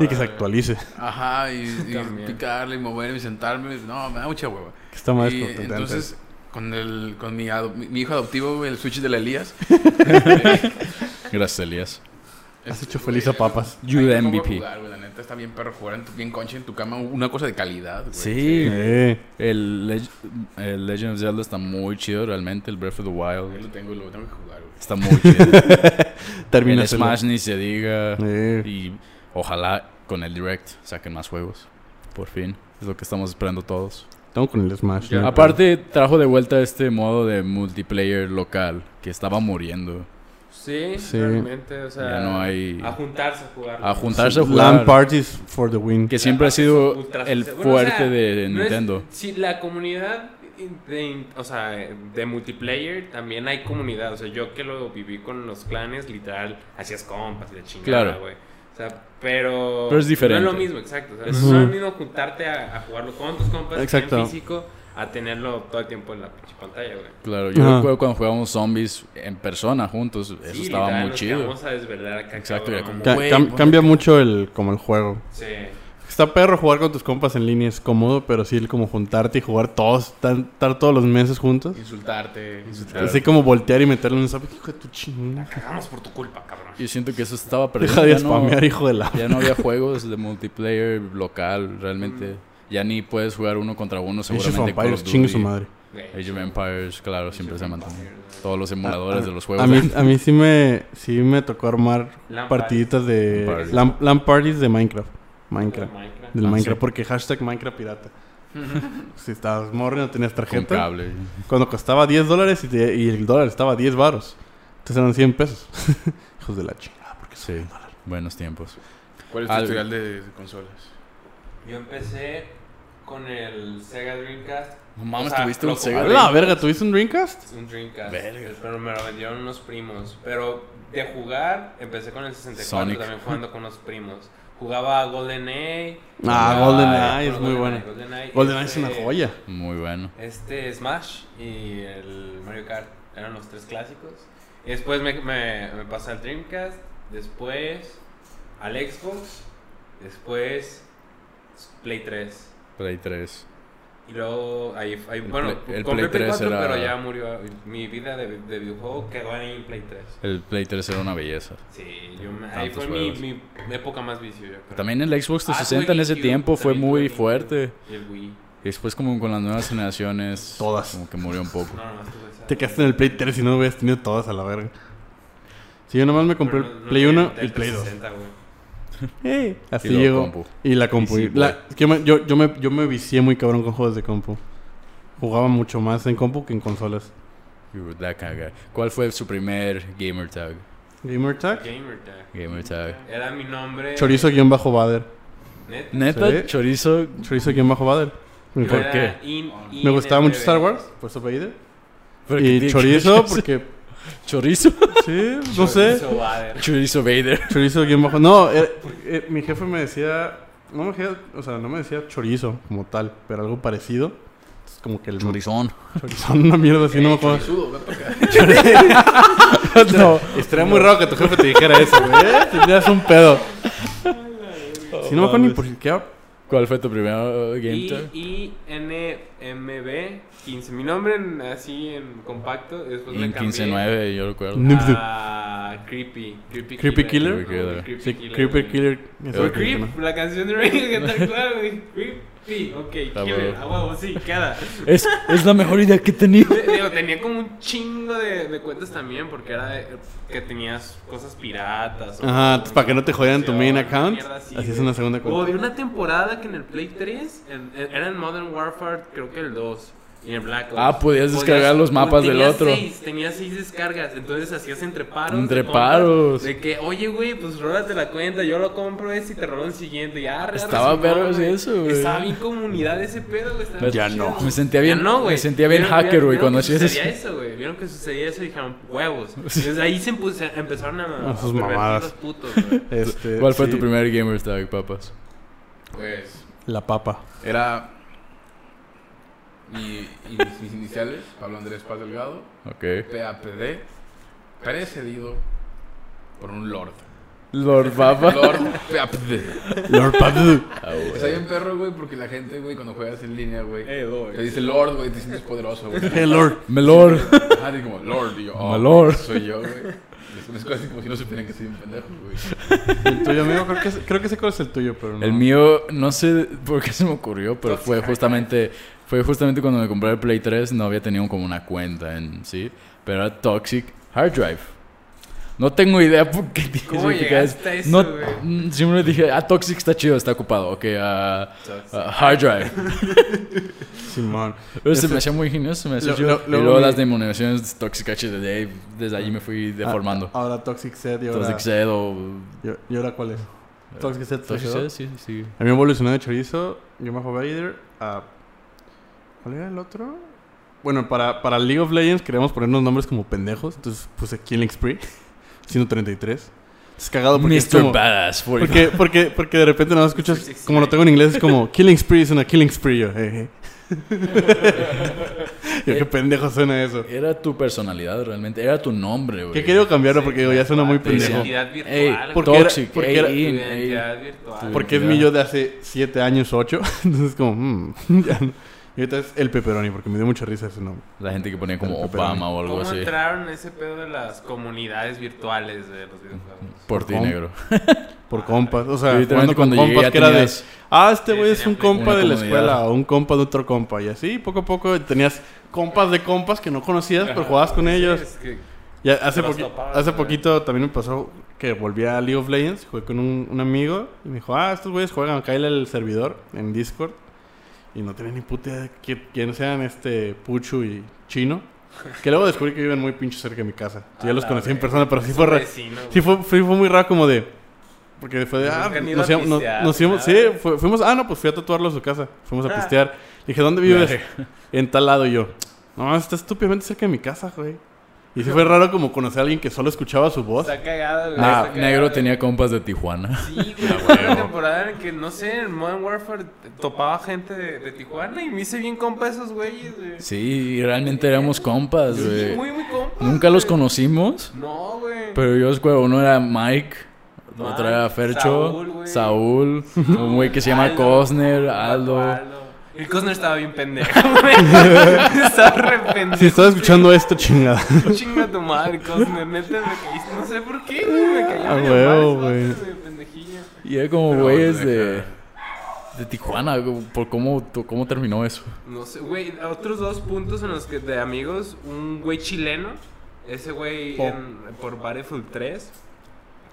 Y que se actualice.
Ajá, y, y
También.
picarle, y moverme, y sentarme. No, me da mucha hueva.
Que está más
Y
desconcertante.
entonces, con, el, con mi, ado- mi- mi hijo adoptivo, güey, el Switch de la Elías.
Gracias, Elías.
Este,
Has hecho feliz a papas.
You
Ay,
the
no puedo
MVP.
jugar, güey, la neta, está bien perro jugar en tu, bien concha en tu cama una cosa de calidad, güey.
Sí.
Eh,
El, Leg- el Legend of Zelda está muy chido realmente. El Breath of the
Ahí lo
Wild
tengo, lo tengo que jugar, güey.
está muy chido.
termina
el Smash ni se diga.
Eh.
Y ojalá con el Direct saquen más juegos. Por fin. Es lo que estamos esperando todos.
Estamos con el Smash.
Ya.
¿no?
Aparte, trajo de vuelta este modo de multiplayer local que estaba muriendo.
Sí,
Sí.
realmente, o sea...
Ya no hay-
A juntarse a jugar.
A juntarse a jugar.
LAN parties for the win.
Que siempre ha sido
Ultra-
el
bueno, o
fuerte
sea,
de
no es-
Nintendo.
sí, la comunidad de, in- o sea, de multiplayer también hay comunidad. O sea, yo que lo viví con los clanes, literal, hacías compas y la chingada,
Claro.
güey. O sea, pero...
Pero es diferente.
No es lo mismo, exacto. o sea,
Es-
No es lo mismo juntarte a, a jugarlo con tus compas
Exacto.
en físico a tenerlo todo el tiempo en la pinche pantalla, güey.
Claro, yo
Ajá.
recuerdo cuando jugábamos zombies en persona juntos. Eso
Sí,
estaba
literal,
muy
nos
chido.
quedamos a desvelar acá,
Exacto, ya
cabrón.
Ca-
Güey,
cam-
ponte-
cambia mucho el como el juego.
Sí.
Está perro jugar con tus compas en línea, es cómodo, pero sí el como juntarte y jugar todos, tan- estar todos los meses juntos.
Insultarte, insultarte.
Así como voltear y meterle un zap. Hijo de tu chingada.
Cagamos por tu culpa, cabrón.
Yo siento que eso estaba perdido.
Deja de
ya no-
spamear, hijo de la.
Ya no había juegos de multiplayer local, realmente.
Mm.
Ya ni puedes jugar uno contra uno,
Pinches
seguramente. Call of
vampires,
Duty,
chingue su madre.
Güey.
Age of Empires, claro, siempre se mantiene. Todos los
A-
emuladores
a-
de los juegos.
A mí, a mí sí, me, sí me tocó armar
Lan
partiditas
Lan
de.
parties.
LAN LAN parties de Minecraft. Minecraft.
Minecraft.
Del
Ah,
Minecraft,
sí.
porque hashtag Minecraft pirata. si estabas morro y no tenías
con
tarjeta.
cable.
Cuando costaba 10 dólares y, te- y el dólar estaba a 10 varos. Entonces eran 100 pesos. Hijos de la chingada.
Sí, buenos tiempos.
¿Cuál es tu
Al-
historial de, de consolas?
Yo empecé con el Sega Dreamcast.
No mames,
O sea,
tuviste un
loco,
Sega
A
¿vale?
la verga, ¿tuviste un Dreamcast?
Un Dreamcast.
Verga.
Pero me lo vendieron unos primos. Pero de jugar, empecé con el 64
Sonic.
también jugando con unos primos. Jugaba a GoldenEye.
Ah,
jugaba-
GoldenEye es
bueno,
muy
GoldenEye,
bueno.
GoldenEye,
GoldenEye es
este-
una joya.
Muy bueno.
Este Smash y el Mario Kart eran los tres clásicos. Y después me, me, me pasé al Dreamcast, después al Xbox, después Play 3.
Play 3.
Y luego, ahí, ahí-
El
bueno,
Play- el
compré
Play
Play
3
4,
era-
pero ya murió. Mi vida de, de videojuego quedó ahí en Play 3.
El Play 3 era una belleza.
Sí, yo me- ahí
Tantos
fue mi,
juegos.
mi época más vicio. Yo creo.
También el Xbox
Ah,
360
tuve
en ese
GameCube,
tiempo fue
también tuve
muy
GameCube.
fuerte.
Y el Wii.
Y después como con las nuevas generaciones...
Todas.
Como que murió un poco.
No, nomás tuve esa.
Te quedaste en el Play 3 y no hubieras tenido todas a la verga. Sí, yo nomás me compré
Pero no-
el
no
Play
tenía
1 y el
Nintendo
Play 2.
360, güey.
Ey, así
Y luego
llegó.
compu.
Y la compu.
Y sí,
La- es que me- yo, yo, me, yo me vicié muy cabrón con juegos de compu. Jugaba mucho más en compu que en consolas.
You were that kind of guy. ¿Cuál fue su primer gamer tag?
Gamertag.
Gamertag.
Gamer tag.
Era mi nombre.
Chorizo-Bader.
Net.
Neta,
Sí.
chorizo...
Chorizo-Bader.
Yo
Me
era
qué?
in-
me gustaba mucho
INFB.
Star Wars, por eso Vader.
¿Pero qué
Y
tiene
chorizo
que-
porque...
¿Chorizo?
Sí, no sé.
Chorizo Bader.
Chorizo Vader.
Chorizo guión bajo. No, era- eh, mi jefe me decía. No me decía, o sea, no me decía chorizo como tal, pero algo parecido. Es como que el
Chorizón.
chorizón, una mierda así, no me acuerdo.
Chorizudo, ven para acá.
No, estaría muy raro que tu jefe te dijera eso, güey. Tendrías un pedo. Si no me acuerdo ni por qué.
¿Cuál fue tu primer uh, game tag?
I-I-N-M-B 15. Mi nombre en- así en compacto. Después me
En
cambié
15-9, yo recuerdo.
No. pues,
a Creepy. Creepy,
Creepy Killer.
No, Creepy
Sí,
Killer,
Creeper
güey.
Killer.
Pero Creep, la canción de Rey que está clara, güey. Creepy. Ok,
Está
Killer.
bueno.
A huevo, sí, queda.
Es, es la mejor idea que he tenido.
Te- Digo, tenía como un chingo de, de cuentas también, porque era de- que tenías cosas piratas.
Ajá, para que no te jodieran tu main
mierda
account.
así,
Así es
güey.
una segunda
O de
cuenta.
una temporada que en el Play 3, en- en- era en Modern Warfare, creo que el 2. Y en el Black Ops.
Ah, podías descargar los mapas del
tenías
otro.
Seis, tenía seis descargas, entonces hacías entre paros.
Entre
de compras,
paros.
De que, oye, güey, pues rólate la cuenta, yo lo compro este y te rolo el siguiente. Ya, arre, arre,
Estaba
Simón,
vergas
güey.
eso, güey.
Estaba bien comunidad ese pedo, güey. estaba
Ya
chido.
no.
Me sentía bien,
Ya no, güey.
me sentía bien
Vieron-
hacker,
vieron-
güey,
vieron
cuando
que
hacías eso.
sucedía eso, güey. Vieron que sucedía eso y dijeron, huevos. Desde ahí se empus- empezaron a...
A sus
pervertir
mamadas.
Los putos, güey.
Este,
¿Cuál fue
sí,
tu primer gamer tag, papas?
Pues
La papa.
era mi- y mis, mis iniciales, Pablo Andrés Paz Delgado,
Ok.
PAPD, precedido por un Lord.
Lord Papa.
Lord PAPD.
Lord Padu.
Está bien perro, güey, porque la gente, güey, cuando juegas en línea, güey,
Eh, doy.
te dice Lord, güey, te sientes poderoso, güey.
Hey, Lord.
Melor.
Ah, digo como Lord, y yo,
My
oh,
lord.
soy yo, güey. Es una cosa así como si no supieran que soy un pendejo, güey.
El tuyo, amigo, creo que, creo que sé cuál es el tuyo, pero no.
El mío, no sé por qué se me ocurrió, pero fue justamente, fue justamente cuando me compré el Play 3, no había tenido como una cuenta en sí, pero era Toxic Hard Drive. No tengo idea por qué tiene
¿Cómo
significa
llegaste a eso,
No-
güey?
mm, simplemente dije, ah, Toxic está chido, está ocupado, ok, ah, ah, Hard Drive.
Simón.
Pero se
Ese-
me hacía muy ingenioso, se me hacía
Lo-
chido.
lo-
Y
luego
luego
mi-
las denominaciones Toxic HDD, desde allí me fui deformando.
Ah, ahora Toxic Set y ahora.
Toxic Zed o...
y- ¿Y ahora cuál es? Toxic Set.
Toxic
¿no?
Zed, sí, sí.
A mí me evolucionó de chorizo. Yo me jugué Vader a. ¿Cuál era el otro? Bueno, para, para League of Legends queríamos ponernos nombres como pendejos. Entonces puse Killing Spree 133. Es cagado porque. es
Mr.
como-
Badass, 45.
porque, porque, porque de repente no escuchas. Como lo tengo en inglés, es como Killing Spree es una Killing Spree. Yo, eh, eh. Yo, qué pendejo suena eso.
Era tu personalidad realmente, era tu nombre, güey.
Que he querido cambiarlo porque digo, ya suena muy
Tu
pendejo.
identidad
Ey,
virtual,
¿por
güey.
qué era-
toxic,
por qué
ey,
era-
Tu
in, ey.
identidad virtual.
Porque es
Ya.
mi yo de hace 7 años, 8. Entonces, como, mm, ya no. Y ahorita es el Pepperoni, porque me dio mucha risa ese nombre.
La gente que ponía como
Pero, pero,
Obama o algo
¿Cómo
así.
entraron en ese pedo de las comunidades virtuales de los videojuegos?
Por ti,
¿Cómo?
negro.
Por compas. O
Y
sea,
Ah, literalmente
jugando con
cuando llegué
compas
ya
que era de.
tenías-
Ah, este
Sí,
güey es
tenía
un
play-
compa
una
de la
comunidad.
escuela o un compa de otro compa. Y así, poco a poco tenías compas de compas que no conocías, Pues, pero jugabas con
Sí,
ellos.
es que-
Ya hace,
Te los
poqui-
topabas,
hace
güey.
poquito también me pasó que volví a League of Legends, jugué con un, un amigo y me dijo, ah, estos güeyes juegan acá en el servidor, en Discord. Y no tenía ni puta idea de qui- quién sean este Puchu y Chino. Que luego descubrí que viven muy pinche cerca de mi casa. Entonces, ya
A
los
la
conocí en
verga.
persona, pero sí
es
fue,
un
ra-
vecino, güey.
sí, fue, fue, fue muy raro como de... Porque fue de,
Nunca
ah,
han ido
nos
a
íbamos, no-
pistear,
nos íbamos- sí,
nada.
fu- fuimos, ah, no, pues fui a tatuarlo a su casa. Fuimos a
Ah.
pistear. Le dije, ¿dónde vives? en tal lado. Y yo, no, está estúpidamente cerca de mi casa, güey. Y sí fue raro como conocer a alguien que solo escuchaba su voz.
Está cagado, güey.
Ah,
está
negro
cagado.
tenía Ah, compas de Tijuana.
Sí, güey. Fue una temporada en que, no sé, en Modern Warfare topaba gente de, de Tijuana y me hice bien compa de esos güeyes, güey.
Sí, realmente éramos compas,
Sí,
güey.
muy, muy compa.
Nunca los conocimos,
No, güey.
pero yo los juego. Uno era Mike, otro era
Mike, Saúl,
Fercho,
güey.
Saúl, un güey que se llama
Aldo.
Cosner, Aldo.
El Cosner estaba bien pendejo, güey. estaba re pendejo.
Si estás escuchando esto, chingada.
Chinga tu madre, Cosner. Neta, me caíste. No sé por qué, güey. Me cayó.
A
bien
huevo,
mal ese
güey.
vato, pendejillo.
Y era como
Pero,
güeyes
deja.
de, de Tijuana, güey, por cómo, cómo terminó eso.
No sé, güey, otros dos puntos en los que de amigos, un güey chileno, ese güey en- por Battlefield 3.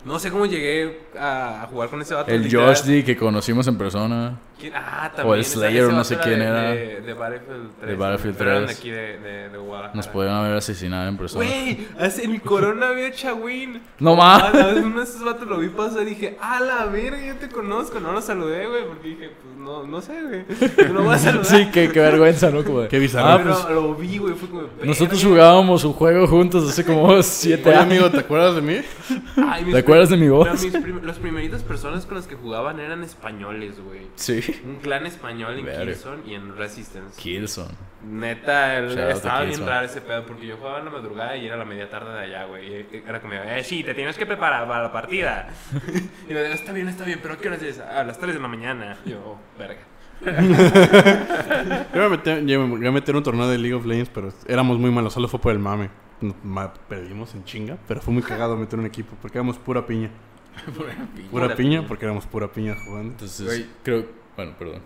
No sé cómo llegué a, a jugar con ese vato.
El
literal.
Josh D que conocimos en persona.
¿Quién? Ah, también.
el
ese-
Slayer,
ese
no
vato
sé quién
de-
era.
De, de Battlefield 3.
De Battlefield
Pero eran
3.
de aquí de, de, de Guadalajara.
Nos podrían haber asesinado en persona.
Güey, hace- en Corona había Chawin.
No ma.
Ah, Uno de esos vatos lo vi pasar y dije, a la verga, yo te conozco. No lo saludé, güey, porque dije, pues no, no sé, güey. No lo voy a saludar.
Sí, qué, qué vergüenza, ¿no? Como de-
Qué bizarro.
Ah,
Pero
pues,
lo vi, güey, fue como.
nosotros jugábamos un juego juntos hace como siete
Oye,
años.
amigo, ¿te acuerdas de mí?
Ay, mis
¿Te acuerdas de mi voz?
Pero mis prim- los primeritos personas con las que jugaban eran españoles, güey.
Sí.
Un clan español en
Verga.
Killzone y en Resistance.
Kilson.
Neta, el-
Shout out a
estaba bien
Killzone.
raro ese pedo porque yo jugaba en la madrugada y era la media tarde de allá, güey. Y Era como, eh, sí, te tienes que preparar para la partida. y yo, está bien, está bien, pero ¿a ¿qué hora es? A las 3 de la mañana. Y yo, oh, verga.
Yo me metí, yo me- yo me metí en un torneo de League of Legends, pero éramos muy malos. Solo fue por el mame. No, ma- perdimos en chinga, pero fue muy cagado meter un equipo porque éramos pura piña. Pura,
Pura
piña, porque éramos pura piña jugando.
Entonces,
Güey.
creo... Bueno, perdón.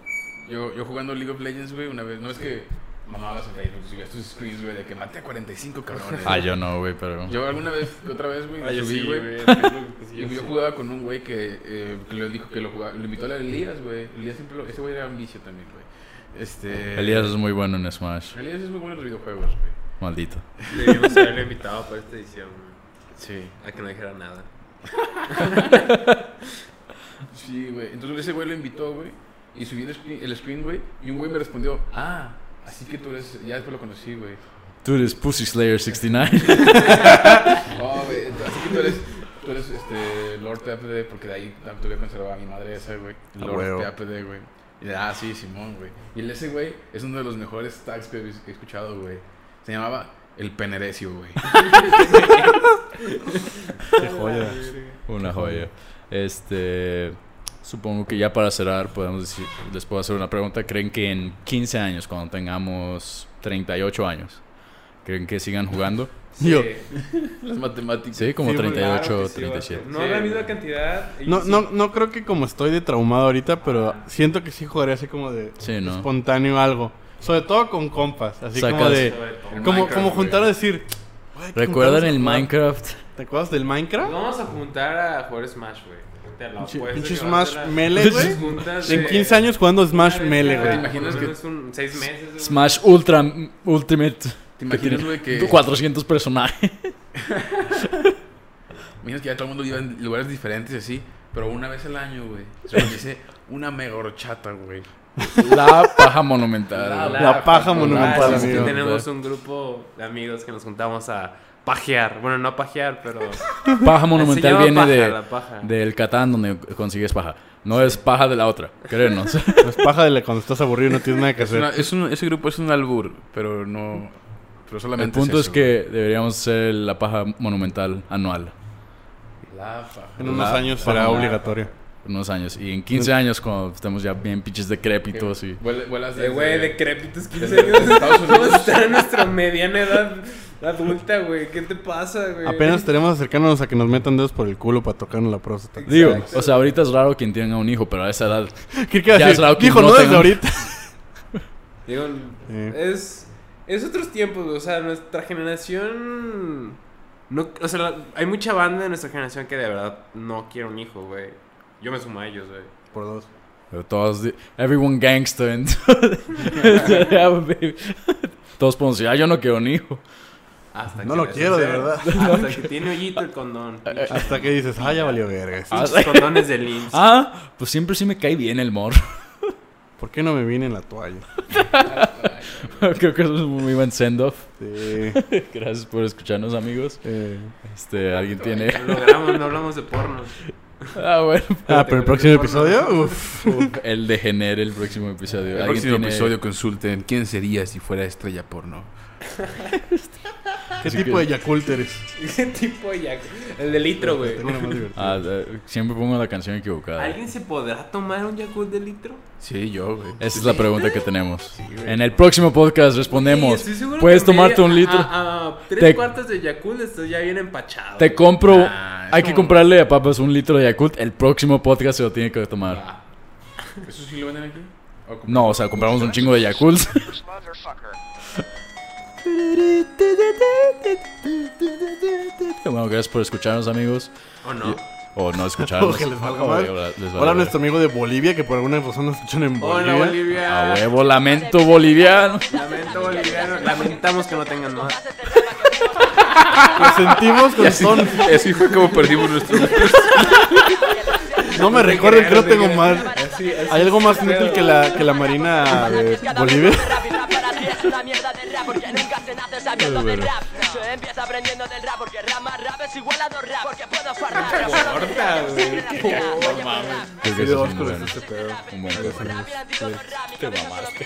Yo, yo jugando League of Legends, güey, una vez, no es que mamadas en Facebook, subías tus screens, güey, de que maté a 45 cabrones.
Ah, yo no, güey, pero.
Yo alguna vez, otra vez, güey,
Ah, yo
subí,
sí,
güey.
güey, en Facebook, sí,
Y
yo
yo
sí.
jugaba con un güey que, eh, que le dijo que lo jugaba. Lo invitó a la Elías, güey. Elías siempre lo- Ese güey era un vicio también, güey. Este.
eh,
Elías es muy bueno en Smash.
Elías es muy bueno en los videojuegos, güey.
Maldito.
Le dimos haberlo invitado para esta edición, güey,
Sí.
A que no dijera nada.
Sí, güey. Entonces ese güey lo invitó, güey. Y subí el screen, el screen, güey. Y un güey me respondió, ah, así que tú eres. Ya después lo conocí, güey.
Tú eres Pussy Slayer 69.
No, güey. Así que tú eres. Tú eres este. Lord TAPD, porque de ahí todavía conservaba a mi madre esa, güey.
A
Lord
huevo.
TAPD, güey. Y de, ah, sí, Simón, güey. Y el ese güey es uno de los mejores tags que he que he escuchado, güey. Se llamaba El Penerecio, güey.
Qué joya.
Una joya. Este. Supongo que ya para cerrar, podemos decir. Les puedo hacer una pregunta. ¿Creen que en 15 años, cuando tengamos 38 años, creen que sigan jugando?
Yo.
Las matemáticas.
Sí, como
Sí, claro
38
Claro que sí, va a
37.
ser. No la misma cantidad. y
No,
sí.
no, no creo que como estoy de traumado ahorita, pero siento que sí jugaría así como de
Sí, ¿no?
espontáneo algo. Sobre todo con compas, así como
Sacas-
de...
Sobre todo.
El
Como,
Minecraft,
como
güey.
juntar a decir... "Güey, hay que
¿Recuerdan
juntarnos a
el
jugar".
Minecraft?
¿Te acuerdas del Minecraft?
Nos vamos a juntar a jugar Smash, güey. Te lo
Pinche-
apuesto
pinche
que va a
Smash
ser la-
Melee,
Nos
güey.
juntas
En
de-
15 años jugando Smash
Una vez
Melee,
cada-
güey.
¿Te imaginas
por
que-
menos un- seis meses. güey.
Smash Ultra M- Ultimate.
¿Te
que
imaginas,
tiene
güey, que.
400 personajes.
Imaginas que ya todo el mundo iba en lugares diferentes y así, pero una vez al año, güey. Se organice una mega horchata, güey.
La paja monumental.
La-
güey.
La paja monumental,
Ah, sí, sí,
amigo.
tenemos un grupo de amigos que nos juntamos a pajear. Bueno, no a pajear, pero.
Paja monumental
llama
viene
paja,
de,
la paja.
del Catán donde consigues paja. No es paja de la otra, créenos.
Es Pues paja de la cuando estás aburrido y no tienes nada que
Es una-
hacer.
es un- ese grupo es un albur, pero no. Pero
El
solamente.
punto es
eso,
que deberíamos hacer la paja monumental anual.
güey. La paja.
En unos
La-
años será
la-
obligatorio.
Unos años. Y en 15 años, cuando estemos ya bien pinches decrépitos y...
Vuel- vuelas
Eh,
desde-
Güey, decrépitos 15
desde
años.
Estados
¿Cómo
Unidos.
está nuestra mediana edad adulta, güey? ¿Qué te pasa, güey?
Apenas tenemos acercarnos a que nos metan dedos por el culo para tocarnos la próstata.
Digo, o sea, ahorita es raro quien tenga un hijo, pero a esa edad...
¿Qué queda
Ya
decir?
es raro que
Dijo,
no
no desde
tengan-
ahorita.
Digo, es, es otros tiempos, güey. O sea, nuestra generación. No, o sea, la- hay mucha banda de nuestra generación que de verdad no quiere un hijo, güey. Yo me sumo a ellos, güey.
Por dos.
Pero todos... di- Everyone gangster. entonces- Yeah, baby. todos podemos decir, ah, yo no quiero un hijo.
Hasta
No
que
lo
les
quiero, de
suceda.
verdad.
Hasta que tiene hoyito el condón.
Hasta que dices, ah, ya valió verga.
Ah,
Pinches condones de Lynch.
Ah, pues siempre sí me cae bien el morro.
¿Por qué no me vine en la toalla?
Creo que eso es un muy buen send-off.
Sí.
Gracias por escucharnos, amigos.
eh.
Este, alguien tiene...
Lo logramos, no hablamos de porno.
Ah, bueno.
Ah, pero el próximo episodio, uff.
El degenere el próximo episodio.
El
Alguien
próximo
tiene-
episodio consulten quién sería si fuera estrella porno.
¿Qué
Así
tipo
que-
de Yakult eres?
Ese tipo ya. El de litro, güey.
Tengo una más divertida.
Ah, eh, siempre pongo la canción equivocada.
¿Alguien se podrá tomar un Yakult de litro?
Sí, yo, güey.
Esa es la pregunta que tenemos. en el próximo podcast respondemos.
Sí, estoy seguro
Puedes
que media-
tomarte un litro.
A, a ah, tres
Te-
cuartos de Yakult estás ya bien empachado.
Te compro.
Nah, Ah, es
hay que
como-
comprarle a papas un litro de Yakult. El próximo podcast se lo tiene que tomar.
Ah. ¿Eso sí lo venden aquí? ¿O
No, o sea, compramos un chingo de Yakult. bueno, gracias por escucharnos, amigos.
¿O no?
O no escucharnos.
que les valga
O-
mal.
o- les valga
Hola,
mal.
nuestro amigo de Bolivia, que por alguna razón nos escuchan en
Hola,
Bolivia.
Bolivia.
A huevo, lamento boliviano.
Lamento boliviano. Lamentamos que no tengan más.
Lo sentimos con son.
Así fue como perdimos nuestro.
No me recuerden que no tengo más.
Así, así.
¿Hay algo más inútil que la, que la Marina de Bolivia?
Corta, güey.
Creo que
Sí,
eso es
Oscar,
un buen-
este pedo.
un buen-
Te mamaste.